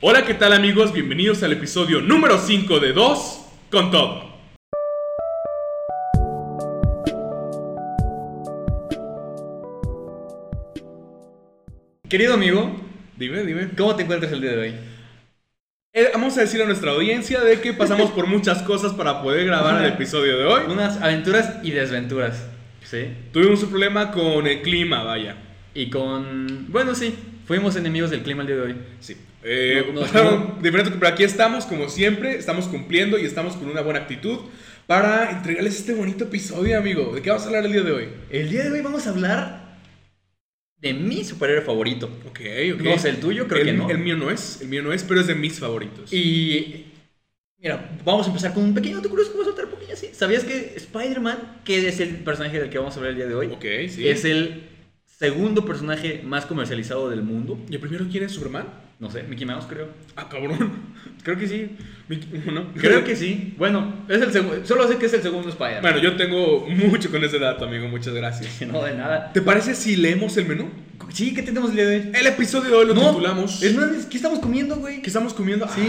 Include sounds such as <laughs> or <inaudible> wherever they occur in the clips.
Hola, ¿qué tal amigos? Bienvenidos al episodio número 5 de 2 con todo. Querido amigo, Dime, dime. ¿cómo te encuentras el día de hoy? Eh, vamos a decir a nuestra audiencia de que pasamos por muchas cosas para poder grabar el episodio de hoy. Unas aventuras y desventuras, ¿sí? Tuvimos un problema con el clima, vaya. Y con... Bueno, sí, fuimos enemigos del clima el día de hoy. Sí. Eh, No, no, <laughs> pasaron diferentes- pero aquí estamos, como siempre, estamos cumpliendo y estamos con una buena actitud para entregarles este bonito episodio, amigo. ¿De qué vamos a hablar el día de hoy? El día de hoy vamos a hablar de mi superhéroe favorito. Ok, ok. No sé, el tuyo creo El- que no. El mío no es, el mío no es, pero es de mis favoritos. Y... Mira, vamos a empezar con un pequeño dato curioso que voy a soltar poquillo así. ¿Sabías que Spider-Man, que es el personaje del que vamos a hablar el día de hoy, ok, sí. es el segundo personaje más comercializado del mundo? ¿Y el primero quién es Superman? No sé, Mickey Mouse creo. Ah, cabrón. Creo que sí. ¿No? Creo que sí. Bueno, es el segundo. Solo sé que es el segundo Spider-Man. Bueno, yo tengo mucho con ese dato, amigo. Muchas gracias. Que No, de nada. ¿Te parece si leemos el menú? Sí, ¿qué tenemos el día de hoy? El episodio de hoy lo No, titulamos Es más, ¿qué estamos comiendo, güey? ¿Qué estamos comiendo? Sí.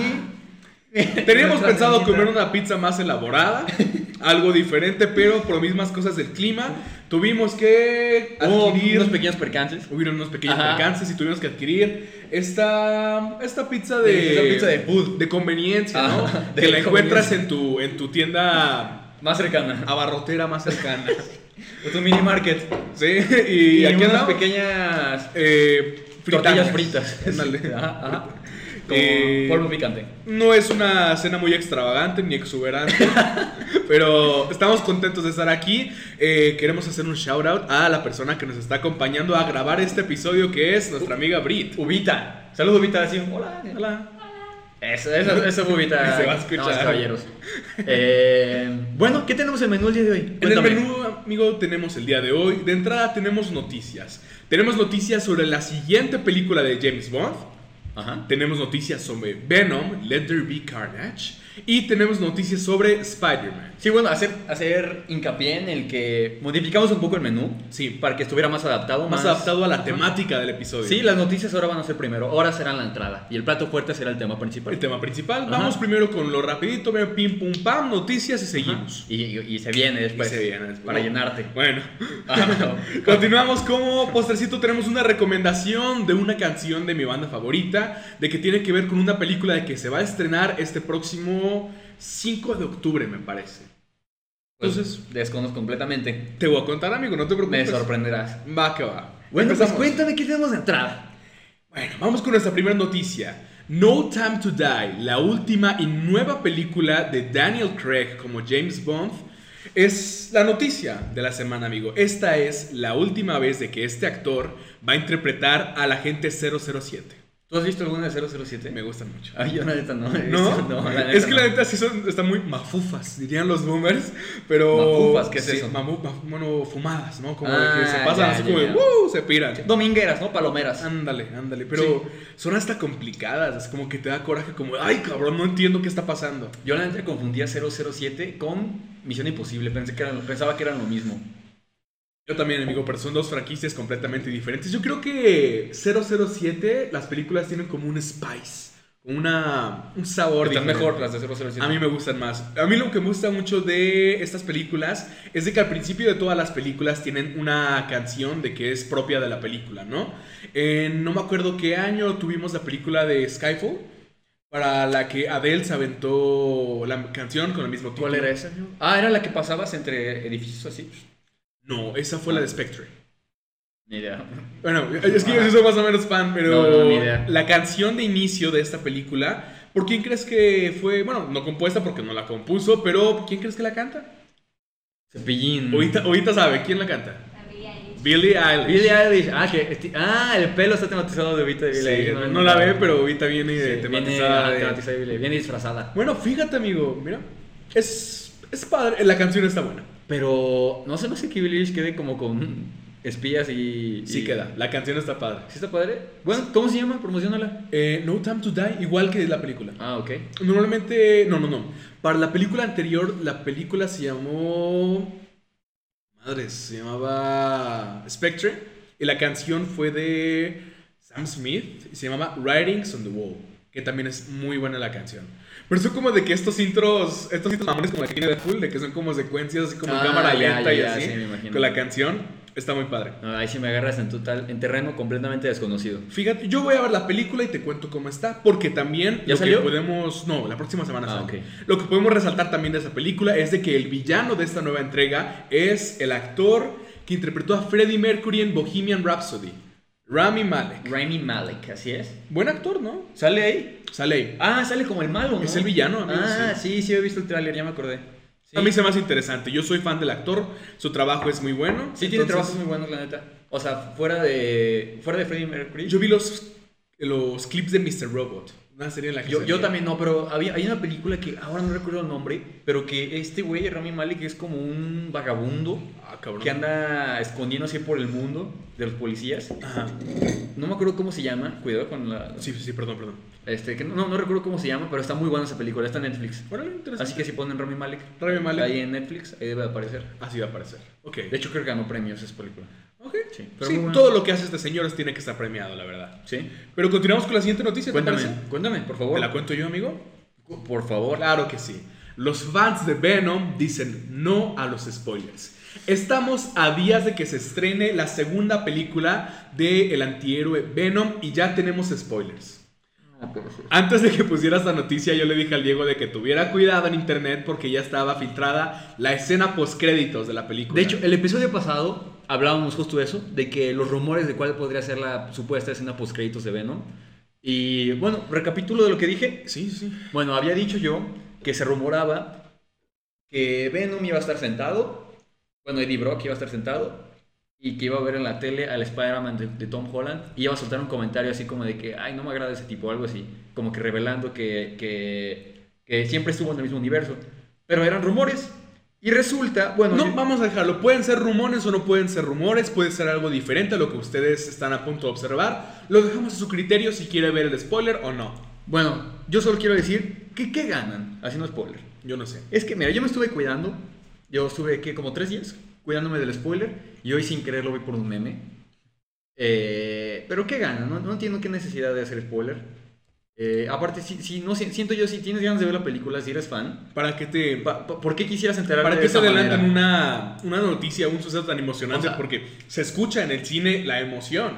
Ah, teníamos <laughs> Nuestra pensado cenita. comer una pizza más <laughs> elaborada, algo diferente, pero por mismas cosas del clima, tuvimos que Hubo adquirir... Ah, unos pequeños percances. Hubieron unos pequeños Ajá. percances y tuvimos que adquirir esta, esta pizza de... Esta pizza de food. De conveniencia, ¿no? Ajá, que de la encuentras en tu, en tu tienda Más cercana. Ah. abarrotera más <laughs> cercana. Es un mini market. sí, y, Y, aquí unas andamos. pequeñas Eh, tortillas fritangas. <laughs> fritas. Ándale. <laughs> Ajá, ajá. Con Eh, polvo picante. No es una cena muy extravagante ni exuberante, <laughs> pero estamos contentos de estar aquí. Eh, queremos hacer un shout out a la persona que nos está acompañando a grabar este episodio, que es nuestra amiga Brit. Ubita. Saludos, Ubita. Así, hola. Hola. Eso, eso, eso fue <laughs> Ubita. Se va a escuchar. Damas y caballeros. Eh, bueno, ¿qué tenemos en el menú el día de hoy? En el Cuéntame. menú, amigo, tenemos el día de hoy. De entrada tenemos noticias. Tenemos noticias sobre la siguiente película de James Bond. Ajá. Tenemos noticias sobre Venom, Let There Be Carnage. Y tenemos noticias sobre Spider-Man. Sí, bueno, hacer, hacer hincapié en el que modificamos un poco el menú. Sí. Para que estuviera más adaptado. Más adaptado a la temática del episodio. Sí, las noticias ahora van a ser primero. Ahora será la entrada. Y el plato fuerte será el tema principal. El tema principal. Ajá. Vamos primero con lo rapidito, mira, pim pum pam, noticias y seguimos. Y, y- y se viene después. Y se viene después. Para llenarte. <laughs> Bueno, <laughs> Ah, no. continuamos como postrecito tenemos una recomendación de una canción de mi banda favorita, de que tiene que ver con una película de que se va a estrenar este próximo 5 de octubre, me parece. Pues, Entonces- desconozco completamente. Te voy a contar, amigo, no te Me preocupes. sorprenderás. Va que va. Bueno, pues Empezamos. cuéntame qué tenemos de entrada. Bueno, vamos con nuestra primera noticia. No Time to Die, la última y nueva película de Daniel Craig como James Bond, es la noticia de la semana, amigo. Esta es la última vez de que este actor va a interpretar al agente 007. ¿Tú has visto alguna de 007? Me gustan mucho. Ay, yo la neta no. he ¿No? visto, no, la neta es que la no. neta sí son, están muy mafufas, dirían los boomers, pero... Mafufas, ¿qué es sí, eso? mamu- maf- bueno, fumadas, ¿no? Como de Ah, que se pasan ya, así ya, como de, ya. "Woo", se piran. Domingueras, ¿no? Palomeras. Ándale, ándale, pero Sí. son hasta complicadas, es como que te da coraje, como, ay cabrón, no entiendo qué está pasando. Yo la neta confundía 007 con Misión Imposible. Pensé que eran, pensaba que eran lo mismo. Yo también, amigo, pero son dos franquicias completamente diferentes. Yo creo que 007, las películas tienen como un spice, una, un sabor Están diferente. mejor las de 007. A mí me gustan más. A mí lo que me gusta mucho de estas películas es de que al principio de todas las películas tienen una canción de que es propia de la película, ¿no? En- no me acuerdo qué año tuvimos la película de Skyfall, para la que Adele se aventó la canción con el mismo título. ¿Cuál era esa? Ah, era la que pasabas entre edificios así. No, esa fue Ah. la de Spectre. Ni idea. Bueno, es que yo sí soy más o menos fan, pero Ah. No, no, ni idea. la canción de inicio de esta película, ¿por quién crees que fue? Bueno, no compuesta porque no la compuso, pero ¿quién crees que la canta? Cepillín. Ahorita, ahorita sabe, ¿quién la canta? Billie Eilish. Billie Eilish. Ah, que esti- ah, el pelo está tematizado de Vita de Billie Sí, Eilish. no, no la ve, pero ahorita viene Sí, de viene, tematizada ah, de- tematizada de Billie Eilish, viene disfrazada. Bueno, fíjate, amigo, mira. Es, es padre, la canción está buena. Pero no se me hace que Billie Eilish quede como con espías y. Sí y- queda, la canción está padre. ¿Sí está padre? Bueno, ¿cómo se llama? Promocionala. Eh, no Time to Die, igual que la película. Ah, ok. Normalmente, no, no, no. Para la película anterior, la película se llamó... Madres, se llamaba Spectre. Y la canción fue de Sam Smith. y se llamaba Writings on the Wall. que también es muy buena la canción. Pero son como de que estos intros, estos intros mamones como el que tiene Deadpool, de que son como secuencias así como en Ah, cámara ya, lenta y ya, así, sí, me imagino. con la canción, está muy padre. No, ahí sí me agarras en, total, en terreno completamente desconocido. Fíjate, yo voy a ver la película y te cuento cómo está, porque también ¿Ya lo salió? que podemos, no, la próxima semana Ah, sale. ok. Lo que podemos resaltar también de esa película es de que el villano de esta nueva entrega es el actor que interpretó a Freddie Mercury en Bohemian Rhapsody, Rami Malek. Rami Malek, así es. Buen actor, ¿no? ¿Sale ahí? Sale ahí. Ah, sale como el malo, ¿no? Es el villano, amigo, Ah, sí, sí, he visto el tráiler, ya me acordé. Sí, A mí se me hace interesante. Yo soy fan del actor, su trabajo es muy bueno. Sí, tiene Entonces, trabajos muy buenos, la neta. O sea, fuera de, fuera de Freddie Mercury. Yo vi los, los clips de Mr. Robot, una serie en la que Yo, se yo ve. también no, pero había, hay una película que ahora no recuerdo el nombre, pero que este güey, Rami Malek, es como un vagabundo Ah, cabrón. que anda escondiéndose por el mundo de los policías. Ajá. No me acuerdo cómo se llama, cuidado con la... Sí, sí, perdón, perdón. Este, que no, no recuerdo cómo se llama, pero está muy buena esa película, está en Netflix. Órale, interesante. Así que si ponen Rami Malek, Rami Malek. ahí en Netflix, ahí debe de aparecer. Así va a aparecer. Ok. De hecho, creo que ganó premios esa película. Ok. Sí, Sí, pero muy bueno. todo lo que hace este señor tiene que estar premiado, la verdad. ¿Sí? Pero continuamos con la siguiente noticia, ¿te Cuéntame, parece? cuéntame, por favor. ¿Te la cuento yo, amigo? Por favor. Claro que sí. Los fans de Venom dicen no a los spoilers. Estamos a días de que se estrene la segunda película de el antihéroe Venom y ya tenemos spoilers. pues. Antes de que pusiera esta noticia, yo le dije al Diego de que tuviera cuidado en internet porque ya estaba filtrada la escena post créditos de la película. De hecho, el episodio pasado hablábamos justo de eso, de que los rumores de cuál podría ser la supuesta escena post créditos de Venom. Y bueno, recapitulo de lo que dije. sí, sí. Bueno, había dicho yo que se rumoraba que Venom iba a estar sentado, bueno, Eddie Brock iba a estar sentado y que iba a ver en la tele al Spider-Man de, de Tom Holland y iba a soltar un comentario así como de que, ay, no me agrada ese tipo, algo así, como que revelando que, que, que siempre estuvo en el mismo universo. Pero eran rumores. Y resulta, bueno, No, yo- vamos a dejarlo. Pueden ser rumores o no pueden ser rumores. Puede ser algo diferente a lo que ustedes están a punto de observar. Lo dejamos a su criterio si quiere ver el spoiler o no. Bueno, yo solo quiero decir que qué ganan haciendo spoiler. Yo no sé. Es que, mira, yo me estuve cuidando. Yo estuve, ¿qué? Como tres días cuidándome del spoiler. Y hoy sin querer lo vi por un meme. Eh, pero qué ganan, no, no entiendo qué necesidad de hacer spoiler. Eh, aparte, si, si no si- siento yo, si tienes ganas de ver la película, si eres fan, ¿Para qué te... pa- pa- ¿por qué quisieras enterarte ¿Para de qué se esa manera? adelantan una, una noticia, un suceso tan emocionante? O sea- Porque se escucha en el cine la emoción.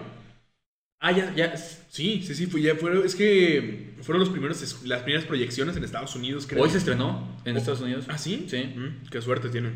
Ah, ya, ya. Sí, sí, sí. Fue, ya fueron, es que fueron los primeros, es- las primeras proyecciones en Estados Unidos, creo. Hoy se estrenó en Oh. Estados Unidos. ¿Ah, sí? Sí. Mm, qué suerte tienen.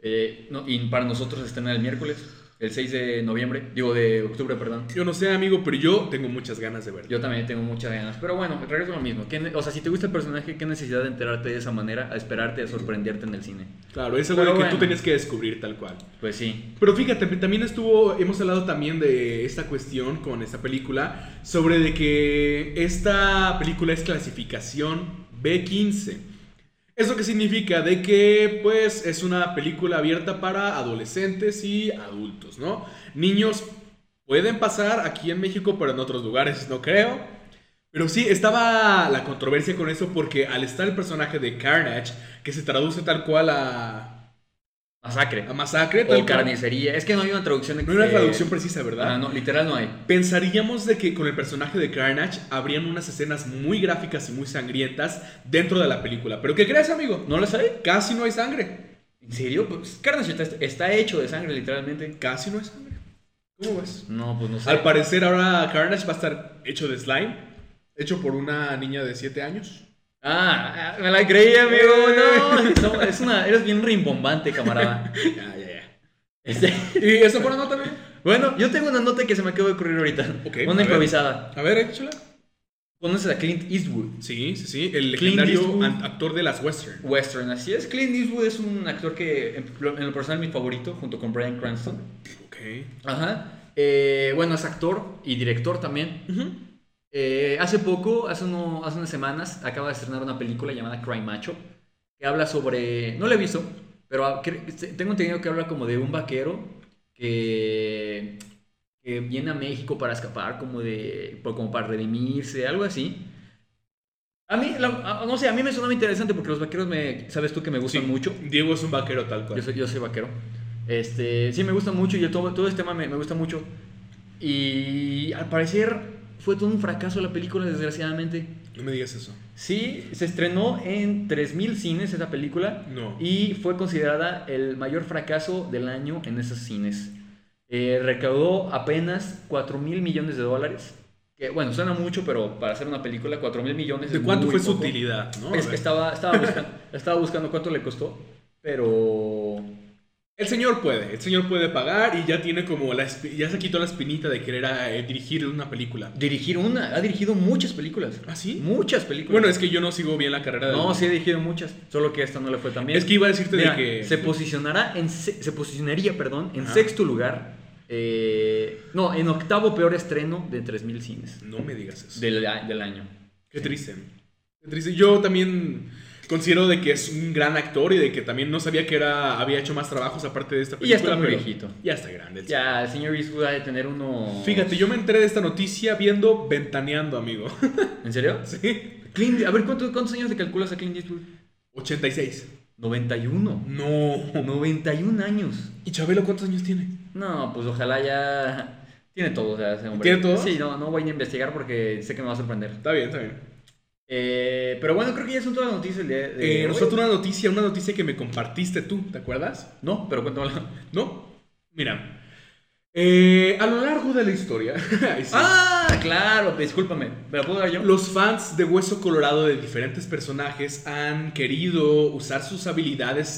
Eh, no, y para nosotros se estrena el miércoles, el 6 de noviembre. Digo, de octubre, perdón. Yo no sé, amigo, pero yo tengo muchas ganas de verlo. Yo también tengo muchas ganas. Pero bueno, regreso a lo mismo. ¿Qué ne- o sea, si te gusta el personaje, ¿qué necesidad de enterarte de esa manera? A esperarte, a sorprenderte en el cine. Claro, es algo Pero que tú bueno. tenías que descubrir tal cual. Pues sí. Pero fíjate, también estuvo, hemos hablado también de esta cuestión con esta película, sobre de que esta película es clasificación B15. Eso que significa de que pues es una película abierta para adolescentes y adultos, ¿no? Niños pueden pasar aquí en México, pero en otros lugares no creo. Pero sí, estaba la controversia con eso porque al estar el personaje de Carnage, que se traduce tal cual a, Masacre. a masacre, tal O cual- carnicería. Es que no hay una traducción. no hay una eh, traducción precisa, ¿verdad? ah, no, literal no hay. Pensaríamos de que con el personaje de Carnage habrían unas escenas muy gráficas y muy sangrientas dentro de la película. Pero ¿qué crees, amigo? ¿No las hay? Casi no hay sangre. ¿En serio? Pues, Carnage está, está hecho de sangre, literalmente. Casi no hay sangre. ¿Cómo ves? No, pues no sé. Al parecer ahora Carnage va a estar hecho de slime, hecho por una niña de 7 años. Ah, ah, me la creí, amigo. Eh. No, No, es una, eres bien <laughs> rimbombante, camarada. <laughs> ya, ya, ya. Este, ¿Y eso fue una nota, amigo? bueno, yo tengo una nota que se me acaba de ocurrir ahorita. Ok, a una ver. improvisada. A ver, échala. ¿Conoces a Clint Eastwood? Sí, sí, sí. El Clint legendario Eastwood. an- actor de las western. Western, así es. Clint Eastwood es un actor que en lo en lo personal es mi favorito, junto con Bryan Cranston. Ok. Ajá. Eh, bueno, es actor y director también. Eh, hace poco, hace, uno- hace unas semanas, acaba de estrenar una película llamada Cry Macho, que habla sobre... No la he visto, pero ah, cre- este, tengo entendido que habla como de un vaquero que, que viene a México para escapar, como, de, por- como para redimirse, algo así. A mí, la- a- no sé, a mí me sonaba interesante porque los vaqueros, me, sabes tú que me gustan Sí. mucho. Diego es un vaquero tal cual. Yo soy, yo soy vaquero. Este, sí, me gusta mucho y todo, todo este tema me, me gusta mucho. Y al parecer Fue todo un fracaso la película, desgraciadamente. No me digas eso. Sí, se estrenó en 3.000 cines esa película No. y fue considerada el mayor fracaso del año en esos cines. Eh, recaudó apenas 4 mil millones de dólares. Que bueno, suena mucho, pero para hacer una película, 4 mil millones es ¿De cuánto muy fue su poco. utilidad? ¿no? Es A que ver. estaba, estaba, buscando, estaba buscando cuánto le costó, pero... El señor puede, el señor puede pagar y ya tiene como la espi- ya se quitó la espinita de querer eh, dirigir una película. Dirigir una, ha dirigido muchas películas. ¿Ah, sí? Muchas películas. Bueno, es que yo no sigo bien la carrera de No, sí he dirigido muchas, solo que esta no le fue tan bien. Es que iba a decirte de Mira, que se posicionará en se, se posicionaría, perdón, en Ajá. sexto lugar. eh, no, en octavo peor estreno de 3000 cines no me digas eso. del, a- del año. Qué triste. Qué triste. Yo también considero de que es un gran actor y de que también no sabía que era había hecho más trabajos aparte de esta Y película, ya está muy pero viejito. ya está grande. el Ya, el señor Eastwood ha de tener uno. señor. Fíjate, yo me enteré de esta noticia viendo Ventaneando, amigo. <laughs> ¿En serio? sí. Clint- a ver, ¿cuánto- ¿cuántos años le calculas a Clint Eastwood? 86. 91. No. 91 años. ¿Y Chabelo cuántos años tiene? No, pues ojalá ya. <laughs> Tiene todo, o sea, ese hombre. ¿Tiene todo? Sí, no, no voy ni a investigar porque sé que me va a sorprender. Está bien, está bien. Eh, pero bueno, creo que ya son todas las noticias de. Eh, de hoy. nos falta una noticia, una noticia que me compartiste tú, ¿te acuerdas? No, pero cuéntamela. ¿No? Mira. eh, a lo largo de la historia, <laughs> ay, sí, Ah, claro, discúlpame. ¿Me la puedo dar yo? los fans de Hueso Colorado de diferentes personajes han querido usar sus habilidades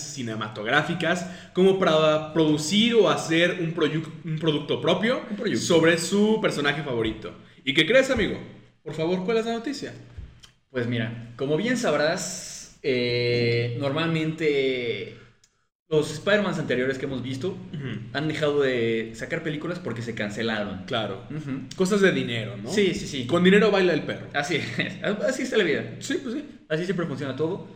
cinematográficas como para producir o hacer un, proyu- un producto propio Un proyecto. sobre su personaje favorito. ¿Y qué crees, amigo? Por favor, ¿cuál es la noticia? Pues mira, como bien sabrás, eh, normalmente los Spider-Mans anteriores que hemos visto Ujú, han dejado de sacar películas porque se cancelaron. Claro. Ujú. Cosas de dinero, ¿no? Sí, sí, sí. Con dinero baila el perro. Así es. <laughs> Así está la vida. Sí, pues sí. Así siempre funciona todo.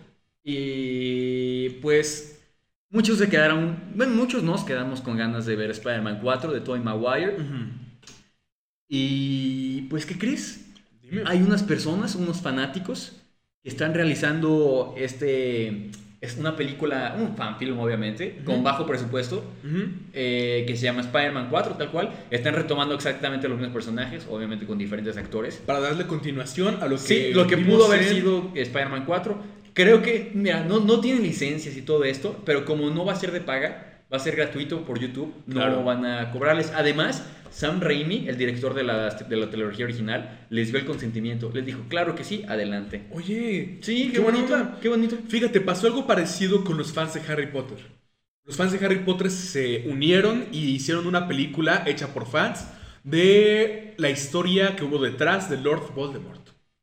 Y pues muchos se quedaron, bueno, muchos nos quedamos con ganas de ver Spider-Man 4 de Tobey Maguire. Ujú. Y pues, ¿qué crees? Dime. Hay unas personas, unos fanáticos, que están realizando este. Es una película, un fanfilm obviamente, con Ujú. bajo presupuesto, Ujú. eh, que se llama Spider-Man 4, tal cual. Están retomando exactamente los mismos personajes, obviamente con diferentes actores. para darle continuación a lo que Sí, lo que vimos pudo haber en- sido Spider-Man 4. Creo que, mira, no, no tienen licencias y todo esto, pero como no va a ser de paga, va a ser gratuito por YouTube, no Claro. van a cobrarles. Además, Sam Raimi, el director de la, de la trilogía original, les dio el consentimiento. Les dijo, claro que sí, adelante. Oye, Sí, qué, qué buena bonito, onda. qué bonito. fíjate, pasó algo parecido con los fans de Harry Potter. Los fans de Harry Potter se unieron y hicieron una película hecha por fans de la historia que hubo detrás de Lord Voldemort.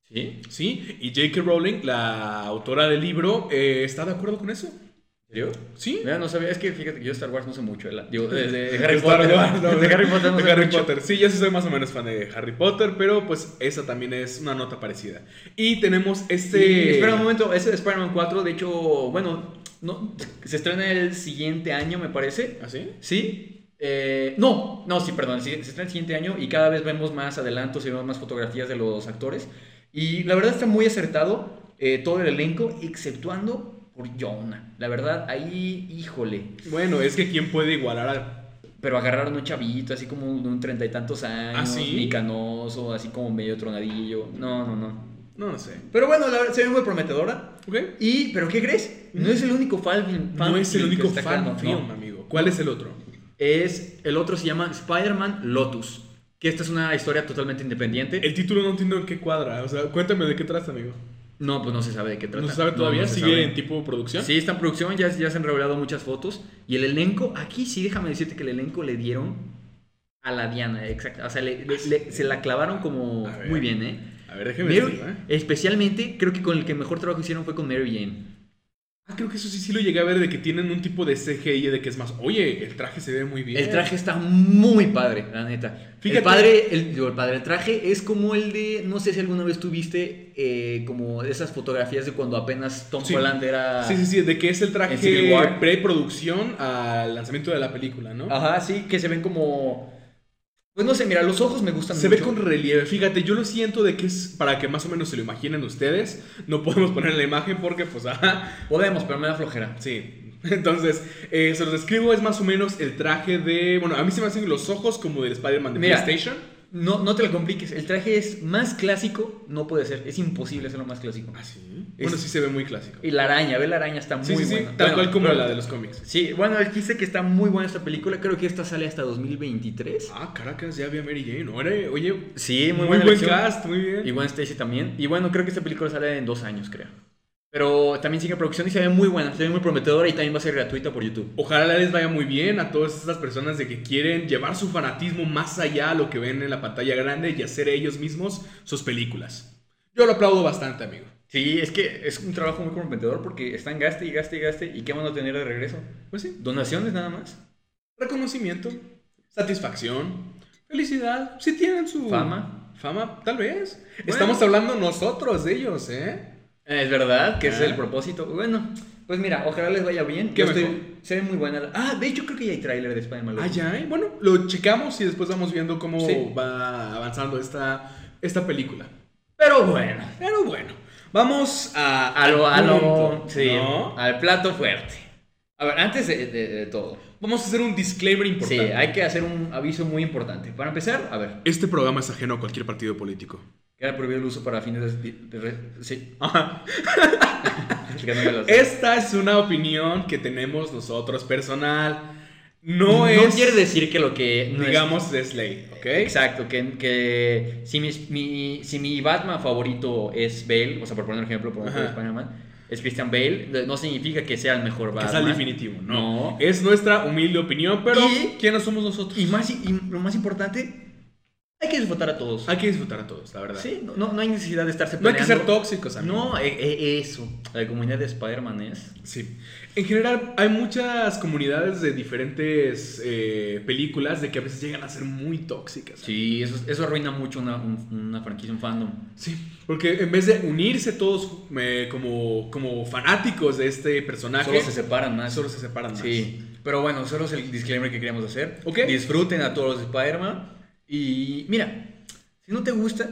¿Sí? ¿Sí? Y J.K. Rowling, la autora del libro, eh, está de acuerdo con eso. ¿En serio? ¿Sí? Mira, no sabía, es que fíjate que yo de Star Wars no sé mucho, de la- <laughs> digo, de, de Harry Star Potter. Wars, no, <laughs> de Harry Potter no de sé Harry mucho. Potter. Sí, yo sí soy más o menos fan de Harry Potter, pero pues esa también es una nota parecida. Y tenemos este... Sí, espera un momento, ese de Spider-Man 4, de hecho, bueno, no, se estrena el siguiente año, me parece. ¿Ah, sí? ¿Sí? Eh, no, no, sí, perdón, sí, se estrena el siguiente año y cada vez vemos más adelantos y vemos más fotografías de los actores. Y la verdad está muy acertado eh, todo el elenco, exceptuando por Jonah. La verdad, ahí, híjole. Bueno, es que quién puede igualar a. Pero agarraron un chavito, así como de un treinta y tantos años, sí? ni canoso, así como medio tronadillo. No, no, no. No, no sé. Pero bueno, la verdad, se ve muy prometedora. ¿Ok? Y, ¿pero qué crees? No es el único fan, no es el único fan fan film, amigo. ¿Cuál es el otro? Es, el otro se llama Spider-Man Lotus. Que esta es una historia totalmente independiente. El título no entiendo en qué cuadra. O sea, cuéntame de qué trata, amigo. No, pues no se sabe de qué trata. ¿No se sabe todavía? se ¿Sigue sabe. en tipo producción? Sí, está en producción, ya, ya se han revelado muchas fotos. Y el elenco, aquí sí, déjame decirte que el elenco le dieron a la Diana, exacto. O sea, le- le- le- se la clavaron como A ver. muy bien, ¿eh? A ver, déjeme Mary- decirlo, ¿eh? especialmente, creo que con el que mejor trabajo hicieron fue con Mary Jane. Ah, creo que eso sí sí lo llegué a ver de que tienen un tipo de CGI de que es más. Oye, el traje se ve muy bien. El traje está muy padre, la neta. Fíjate- El padre, el, digo, el padre, el traje es como el de, no sé si alguna vez tuviste eh, como esas fotografías de cuando apenas Tom Sí. Holland era... Sí, sí, sí, de que es el traje En Civil War. preproducción al lanzamiento de la película, ¿no? Ajá, sí, que se ven como... Pues no sé, mira, los ojos me gustan Se ve mucho. con relieve. Fíjate, yo lo siento de que es para que más o menos se lo imaginen ustedes. No podemos poner la imagen porque, pues, ajá, Podemos, pero me da flojera. Sí. Entonces, eh, se los describo, es más o menos el traje de. Bueno, a mí se me hacen los ojos como del Spider-Man de Mira. PlayStation. No, no te lo compliques. El traje es más clásico. No puede ser. Es imposible hacerlo más clásico. Ah, sí. Bueno, sí se ve muy clásico. Y la araña, ve la araña, está muy Sí, sí, sí. buena. Tal Bueno, cual como pero- la de los cómics. Sí, bueno, él dice que está muy buena esta película. Creo que esta sale hasta 2023. Ah, Caracas, ya vi a Mary Jane. Oye, oye Sí, muy, buena buen elección. cast, muy bien. Y Gwen Stacy también. Y bueno, creo que esta película sale en dos años, creo. Pero también sigue en producción y se ve muy buena, se ve muy prometedora y también va a ser gratuita por YouTube. Ojalá les vaya muy bien a todas estas personas de que quieren llevar su fanatismo más allá a lo que ven en la pantalla grande y hacer ellos mismos sus películas. Yo lo aplaudo bastante, amigo. Sí, es que es un trabajo muy prometedor porque están gaste y gaste y gaste y qué van a tener de regreso. Pues sí, Donaciones nada más. reconocimiento, satisfacción, felicidad. Si tienen su Fama. Fama, tal vez. Estamos hablando nosotros de ellos, ¿eh? Es verdad, que es Ah. el propósito. Bueno, pues mira, ojalá les vaya bien. Qué Yo estoy- mejor. Se ve muy buena. la- Ah, de hecho creo que ya hay tráiler de Spider-Man. Ah, ya, y Bueno, lo checamos y después vamos viendo cómo Sí. va avanzando esta, esta película. Pero bueno, Pero bueno, vamos a, a lo, a lo- sí, ¿no? al plato fuerte. A ver, antes de- de- de todo. Vamos a hacer un disclaimer Sí, importante. hay que hacer un aviso muy importante. Para empezar, a ver, Este programa es ajeno a cualquier partido político. queda prohibido el uso para fines de... de re- sí. Es que no me lo sé. Esta es una opinión que tenemos nosotros personal. No, no es, quiere decir que lo que... no es- digamos, es ley, ¿ok? Exacto, que, que si, mi, mi- si mi Batman favorito es Bale, o sea, por poner un ejemplo, por ejemplo, Ajá. Spider-Man, es Christian Bale, de- no significa que sea el mejor Que Batman. es al definitivo, no. No. Es nuestra humilde opinión, pero Y- ¿quiénes somos nosotros? Y, más, y lo más importante, hay que disfrutar a todos. Hay que disfrutar a todos, la verdad. Sí, no- no, no hay necesidad de estarse No hay que peleando. ser tóxicos, amigo. No, e- e- eso. La comunidad de Spider-Man es... Sí. En general, hay muchas comunidades de diferentes eh, películas de que a veces llegan a ser muy tóxicas. Sí, eso, eso arruina mucho una, un- una franquicia, un fandom. Sí, porque en vez de unirse todos eh, como, como fanáticos de este personaje, Solo se separan más. solo se separan más. Sí, pero bueno, solo es el disclaimer que queríamos hacer. Ok. Disfruten a todos los Spider-Man. Y mira, si no te gusta,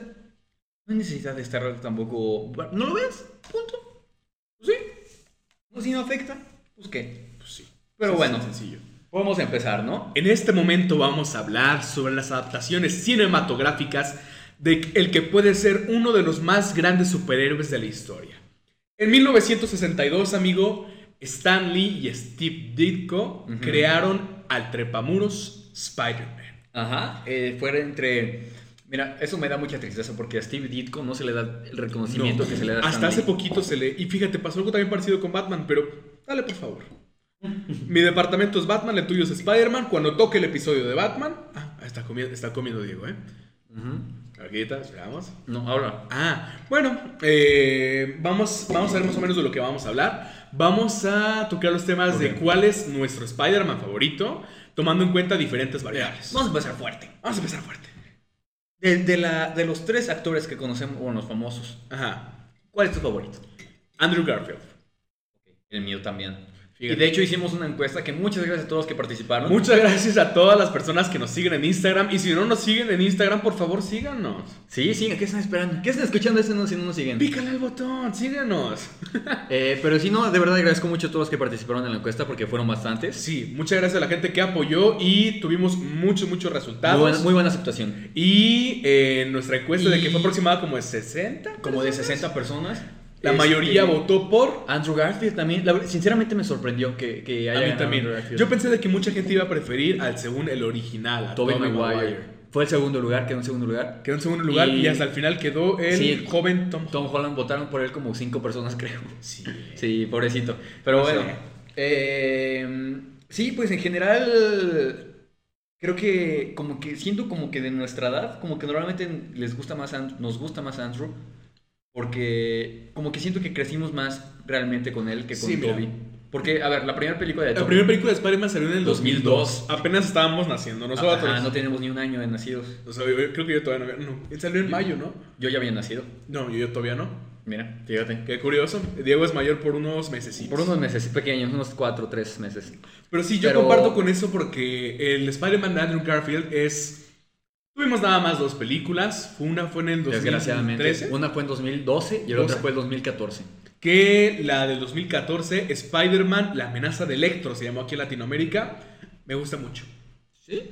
no hay necesidad de estar tampoco... No lo veas, punto. Pues sí. No, si no afecta, pues qué. Pues sí. Pero Sí, bueno. sí, sencillo. Podemos empezar, ¿no? En este momento vamos a hablar sobre las adaptaciones cinematográficas de el que puede ser uno de los más grandes superhéroes de la historia. En 1962, amigo, Stan Lee y Steve Ditko Ujú. crearon al trepamuros Spider-Man. Ajá. Eh, fuera entre... Mira, eso me da mucha tristeza porque a Steve Ditko no se le da el reconocimiento No, que se le da a Hasta Stan hace Lee. poquito se le... Y fíjate, pasó algo también parecido con Batman, pero dale por favor. Mi departamento es Batman, el tuyo es Spider-Man. Cuando toque el episodio de Batman... Ah, está comiendo, está comiendo Diego, ¿eh? Ujú. Ahorita, esperamos. No, ahora. Ah, bueno, eh, vamos, vamos a ver más o menos de lo que vamos a hablar. Vamos a tocar los temas de Ok. cuál es nuestro Spider-Man favorito, tomando en cuenta diferentes variables. Vamos a empezar fuerte. Vamos a empezar fuerte. Ah, De, de la, de los tres actores que conocemos, bueno, los famosos, Ajá. ¿cuál es tu favorito? Andrew Garfield. El mío también. Fíjate. Y de hecho hicimos una encuesta que muchas gracias a todos los que participaron. Muchas gracias a todas las personas que nos siguen en Instagram. Y si no nos siguen en Instagram, por favor, síganos. Sí, sí, ¿qué están esperando? ¿Qué están escuchando este no, si no nos siguen? Pícale al botón, síganos. Eh, pero si no, de verdad agradezco mucho a todos los que participaron en la encuesta porque fueron bastantes. Sí, muchas gracias a la gente que apoyó y tuvimos muchos, muchos resultados. Muy buena, muy buena aceptación. Y eh, nuestra encuesta de que Y- fue aproximada como de 60. Como de personas. 60 personas. La Este, mayoría votó por. Andrew Garfield también. La verdad, sinceramente me sorprendió que, que A haya mí ganado también. Andrew Garfield. Yo pensé de que mucha gente iba a preferir al según el original, a Tobey Tobey Maguire. Maguire. Fue el segundo lugar, quedó en segundo lugar. Quedó en segundo lugar y, Y- hasta el final quedó el Sí. joven Tom. Tom Holland votaron por él como cinco personas, <laughs> creo. Sí. Sí, pobrecito. Pero No sé. bueno. eh, sí, pues en general. Creo que como que siento como que de nuestra edad, como que normalmente les gusta más And- nos gusta más Andrew. Porque como que siento que crecimos más realmente con él que con Sí, mira. Toby. Porque, a ver, la primera película de La Toby- primera película de Spider-Man salió en el 2002. 2002. Apenas estábamos naciendo nosotros. Ajá, no tenemos ni un año de nacidos. O sea, yo- yo creo que yo todavía no había. No, él salió en mayo, ¿no? Yo ya había nacido. No, yo, yo todavía no. Mira, fíjate. Qué curioso. Diego es mayor por unos meses. Por unos meses pequeños, unos cuatro, tres meses. Pero sí, yo Pero- comparto con eso porque el Spider-Man de Andrew Garfield es. Tuvimos nada más dos películas. Una fue en el 2013. Desgraciadamente. Una fue en 2012 y la otra 12. fue en 2014. Que la del 2014, Spider-Man, la amenaza de Electro, se llamó aquí en Latinoamérica. Me gusta mucho. ¿Sí?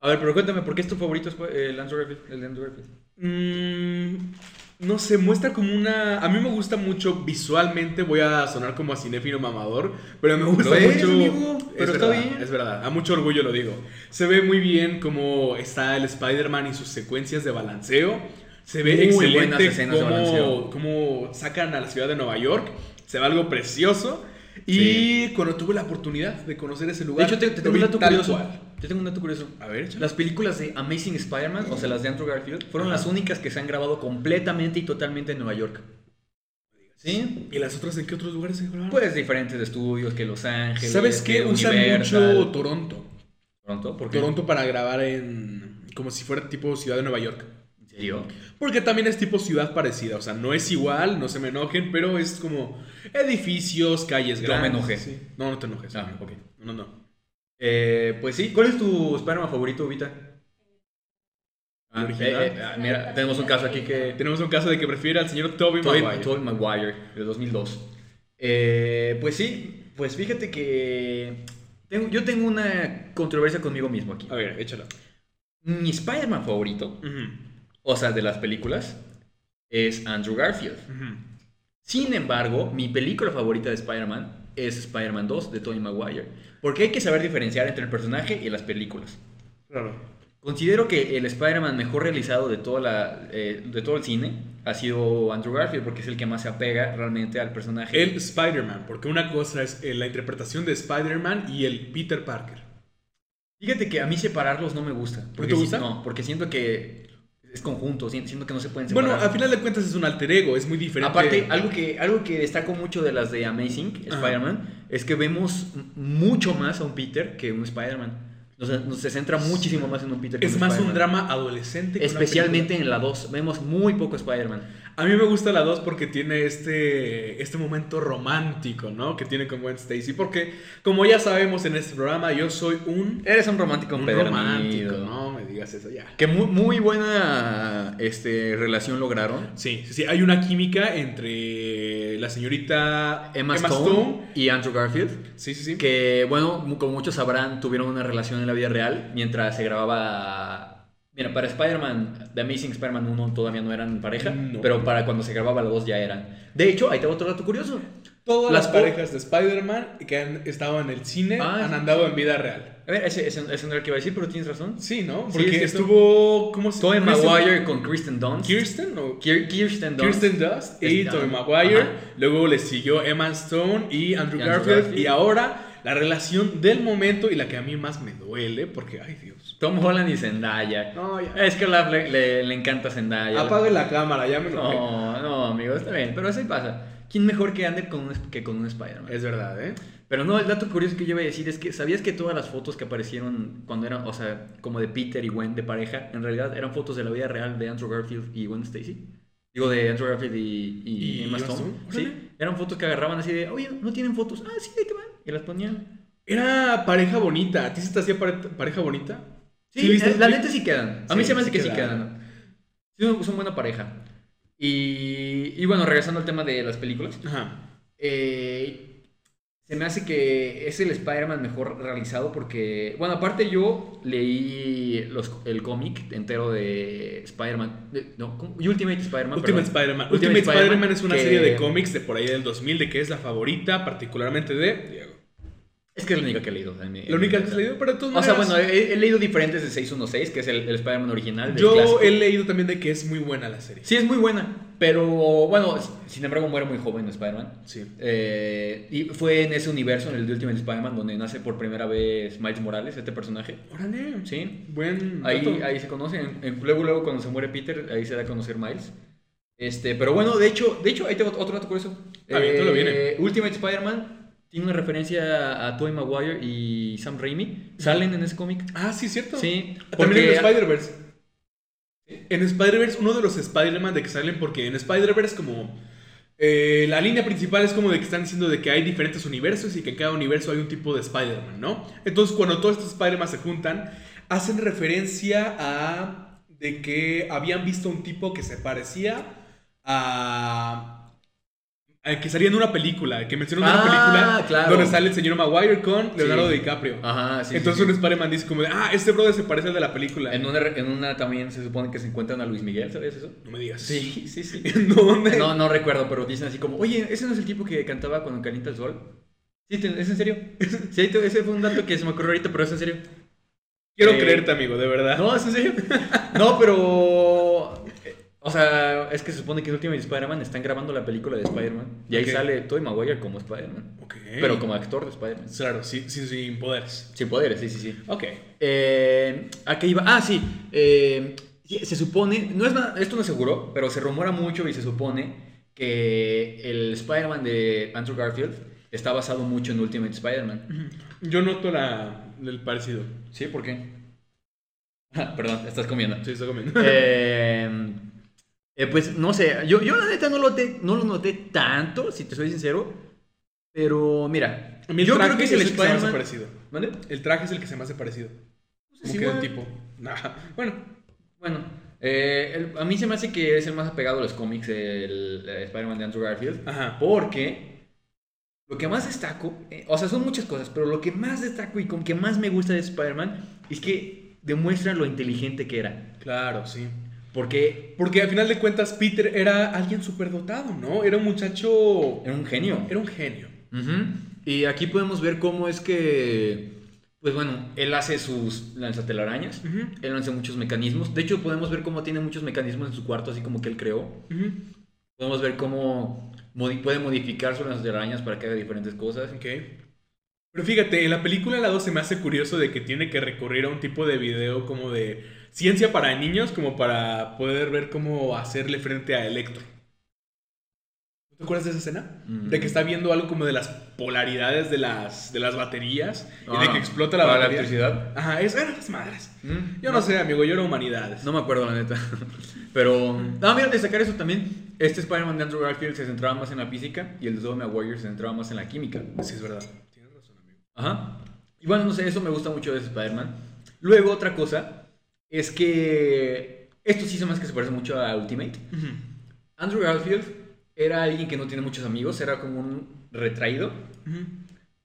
A ver, pero cuéntame, ¿por qué es tu favorito espo- eh, el Andrew Garfield? El de Andrew Garfield? Mm, no sé, muestra como una. A mí me gusta mucho visualmente. Voy a sonar como a cinéfilo mamador, pero me gusta Lo eres, mucho. amigo, Es pero está verdad, bien. Es verdad, a mucho orgullo lo digo. Se ve muy bien como está el Spider-Man y sus secuencias de balanceo. Se ve Muy buenas excelente escenas de cómo, balanceo. cómo sacan a la ciudad de Nueva York. Se ve algo precioso. Y cuando tuve la oportunidad de conocer ese De lugar, hecho, te, te lo tengo un vi dato tal curioso. cual. Yo tengo un dato curioso. A ver, échale. Las películas de Amazing Spider-Man, o sea, las de Andrew Garfield, fueron Ajá. las únicas que se han grabado completamente y totalmente en Nueva York. ¿Sí? ¿Y las otras en qué otros lugares se grabaron? Pues diferentes estudios, que Los Ángeles. ¿Sabes qué? que Usan Universal. mucho Toronto. Toronto, ¿por qué? Toronto para grabar en. como si fuera tipo ciudad de Nueva York. ¿En serio? Porque también es tipo ciudad parecida. O sea, no es igual, no se me enojen, pero es como edificios, calles Yo grandes. me enojé. sí. No, no te enojes. Ah, amigo. ok. No, no. Eh, pues sí, ¿cuál es tu Spider-Man favorito, Vita? El original. eh, eh, ah, mira, tenemos un caso aquí que... Tenemos un caso de que prefiere al señor Toby Tobey Maguire. Tobey Maguire, de 2002. Eh, pues sí, pues fíjate que... tengo- yo tengo una controversia conmigo mismo aquí. A ver, échala. Mi Spider-Man favorito, Ujú, o sea, de las películas, es Andrew Garfield. ujú. Sin embargo, mi película favorita de Spider-Man es Spider-Man 2 de Tobey Maguire. Porque hay que saber diferenciar entre el personaje y las películas. Claro. Considero que el Spider-Man mejor realizado de, toda la, eh, de todo el cine ha sido Andrew Garfield, porque es el que más se apega realmente al personaje. El Spider-Man, porque una cosa es eh, la interpretación de Spider-Man y el Peter Parker. Fíjate que a mí separarlos no me gusta. Porque te si- gusta? No, porque siento que es conjunto, si- siento que no se pueden separar. Bueno, al final de cuentas es un alter ego, es muy diferente. Aparte, algo que, algo que destaco mucho de las de Amazing Ajá. Spider-Man es que vemos m- mucho más a un Peter que un Spider-Man. O sea, nos- se centra muchísimo más en un Peter que es un más un Spider-Man. drama adolescente. que una Especialmente en la 2. Vemos muy poco Spider-Man. A mí me gusta la 2 porque tiene este, este momento romántico, ¿no? Que tiene con Gwen Stacy. Porque, como ya sabemos en este programa, yo soy un, Eres un romántico un romántico. No me digas eso ya. Que muy, muy buena este, relación lograron. Sí, sí, sí, hay una química entre la señorita Emma, Stone, y Andrew Garfield. Sí, sí, sí. Que, bueno, mu- como muchos sabrán, tuvieron una relación en la vida real mientras se grababa. Mira, para Spider-Man, The Amazing Spider-Man 1 todavía no eran pareja, No. pero para cuando se grababa la 2 ya eran. De hecho, ahí te va otro dato curioso. Todas las, las po- parejas de Spider-Man que han estado en el cine Ah, han sí, andado en vida real. A ver, ese, ese- ese no era el que iba a decir, pero tienes razón. Sí, ¿no? Sí, Porque es cierto. estuvo. ¿Cómo se Tobey Kristen- Maguire con Kristen Dunst. ¿Kirsten o Kier- Kirsten Dunst. Kirsten Dust Es y Dan. Tobey Maguire. Ajá. Luego le siguió Emma Stone y Andrew, Y Andrew Garfield. Garfield. Y ahora la relación del momento y la que a mí más me duele porque, ay Dios. Tom Holland y Zendaya. No, ya. Es que a Olaf le, le- le encanta Zendaya. Apague la cámara, ya me lo No, no, amigo, está bien. Pero así pasa. ¿Quién mejor que ande con un, es- que con un Spider-Man? Es verdad, ¿eh? Pero no, el dato curioso que yo iba a decir es que ¿sabías que todas las fotos que aparecieron cuando eran, o sea, como de Peter y Gwen de pareja, en realidad eran fotos de la vida real de Andrew Garfield y Gwen Stacy? Digo, de Andrew Garfield y, y ¿Y Emma Emma Stone. Stone? Órale. Sí, eran fotos que agarraban así de, oye, ¿no tienen fotos? Ah, sí, ahí te van. Y las ponían. Era pareja bonita. ¿A ti se te hacía pare- pareja bonita? Sí, ¿Sí viste? eh, la neta sí quedan. A mí Sí, se me hace sí que sí quedan. quedan. Sí, son buena pareja. Y, y bueno, regresando al tema de las películas. Ajá. Eh, se me hace que es el Spider-Man mejor realizado porque, bueno, aparte yo leí los- el cómic entero de Spider-Man, de- no, ¿cómo? Ultimate Spider-Man. Ultimate perdón. Spider-Man. Ultimate Ultimate Spider-Man Spider-Man es una que- serie de cómics de por ahí del 2000 de que es la favorita, particularmente de Diego. Es que es la única que he leído. en mi- en La única que has mi vida. leído, Pues pero de todas Eh, O sea, maneras, bueno, he, he leído diferentes de 616, que es el, el Spider-Man original. del yo clásico. he leído también de que es muy buena la serie. Sí, es muy buena, pero bueno, s- sin embargo muere muy joven Spider-Man. Sí. Eh, y fue en ese universo, en el de Ultimate Spider-Man, donde nace por primera vez Miles Morales, este personaje. Órale. Sí. Buen. Ahí, dato. ahí se conocen. En- Luego, luego cuando se muere Peter, ahí se da a conocer Miles. Este, pero bueno, de hecho, de hecho, ahí tengo otro dato curioso. Eh, Ah, bien, todo lo viene. Ultimate Spider-Man tiene una referencia a Tobey Maguire y Sam Raimi. Salen en ese cómic. Ah, sí, cierto. Sí. También en porque- Spider-Verse. En Spider-Verse, uno de los Spider-Man de que salen, porque en Spider-Verse, como. eh, la línea principal es como de que están diciendo de que hay diferentes universos y que en cada universo hay un tipo de Spider-Man, ¿no? Entonces, cuando todos estos Spider-Man se juntan, hacen referencia a. de que habían visto un tipo que se parecía a. eh, que salía en una película, que mencionan una Ah, película claro. donde sale el señor Maguire con Leonardo Sí. DiCaprio. Ajá, sí. sí, Entonces sí. un Spider-Man dice como de, ah, este brother se parece al de la película. En una, en una también se supone que se encuentran a Luis Miguel, ¿sabías eso? No me digas. <laughs> sí, sí. <laughs> ¿En dónde? No, no recuerdo, pero dicen así como, oye, ¿ese no es el tipo que cantaba cuando calienta el sol? Sí, te- ¿es en serio? <laughs> Sí, ahí te- ese fue un dato que se me ocurrió ahorita, pero es en serio. Quiero Eh, creerte, amigo, de verdad. No, es <laughs> en serio. No, pero... eh, O sea, es que se supone que es Ultimate Spider-Man, están grabando la película de Spider-Man. Y ahí Ok. sale Tobey Maguire como Spider-Man. Ok. Pero como actor de Spider-Man. Claro, sí, sí, sin poderes. Sin poderes, sí, sí, sí. Ok. Eh, ¿A qué iba? Ah, sí. eh, sí, se supone, no es nada- esto no es seguro, pero se rumora mucho y se supone que el Spider-Man de Andrew Garfield está basado mucho en Ultimate Spider-Man. Yo noto la, el parecido. ¿Sí? ¿Por qué? <laughs> Ah, Perdón, estás comiendo. Sí, estoy <laughs> comiendo. Eh, eh, pues no sé, yo, yo la neta no lo, noté- no lo noté tanto, si te soy sincero. Pero mira, A mí el yo traje creo que es el que se me hace Spider-Man. parecido. ¿Mande? El traje es el que se me hace parecido. Pues Como es que de igual. tipo. <laughs> Nah. Bueno, Bueno, eh, el- a mí se me hace que es el más apegado a los cómics, el, eh, Spider-Man de Andrew Garfield. ajá. Porque lo que más destaco, eh, o sea, son muchas cosas, pero lo que más destaco y con que más me gusta de Spider-Man es que demuestra lo inteligente que era. Claro, sí. Porque Porque al final de cuentas, Peter era alguien superdotado, ¿no? Era un muchacho. era un genio. Era un genio. Ujú. Y aquí podemos ver cómo es que, pues bueno, él hace sus lanzatelarañas. Ujú, Él lanza muchos mecanismos. De hecho, podemos ver cómo tiene muchos mecanismos en su cuarto, así como que él creó. ujú. Podemos ver cómo modi- puede modificar sus arañas para que haga diferentes cosas. Ok. Pero fíjate, en la película la 2 se me hace curioso de que tiene que recurrir a un tipo de video como de ciencia para niños, como para poder ver cómo hacerle frente a Electro. ¿No te acuerdas de esa escena? Mm. De que está viendo algo como de las polaridades de las, de las baterías y de Ah, que explota la para batería. electricidad. Ajá, eso eran las madres. Mm, Yo no, sé, amigo, yo era humanidades. No me acuerdo, la neta. <laughs> Pero. Ah, mira, destacar eso también. Este Spider-Man de Andrew Garfield se centraba más en la física y el de Tobey Maguire se centraba más en la química. Sí, es verdad. Tienes razón, amigo. Ajá. Y bueno, no sé, eso me gusta mucho de ese Spider-Man. Luego, otra cosa es que. Esto sí se me hace que se parece mucho a Ultimate. Andrew Garfield era alguien que no tiene muchos amigos, era como un retraído.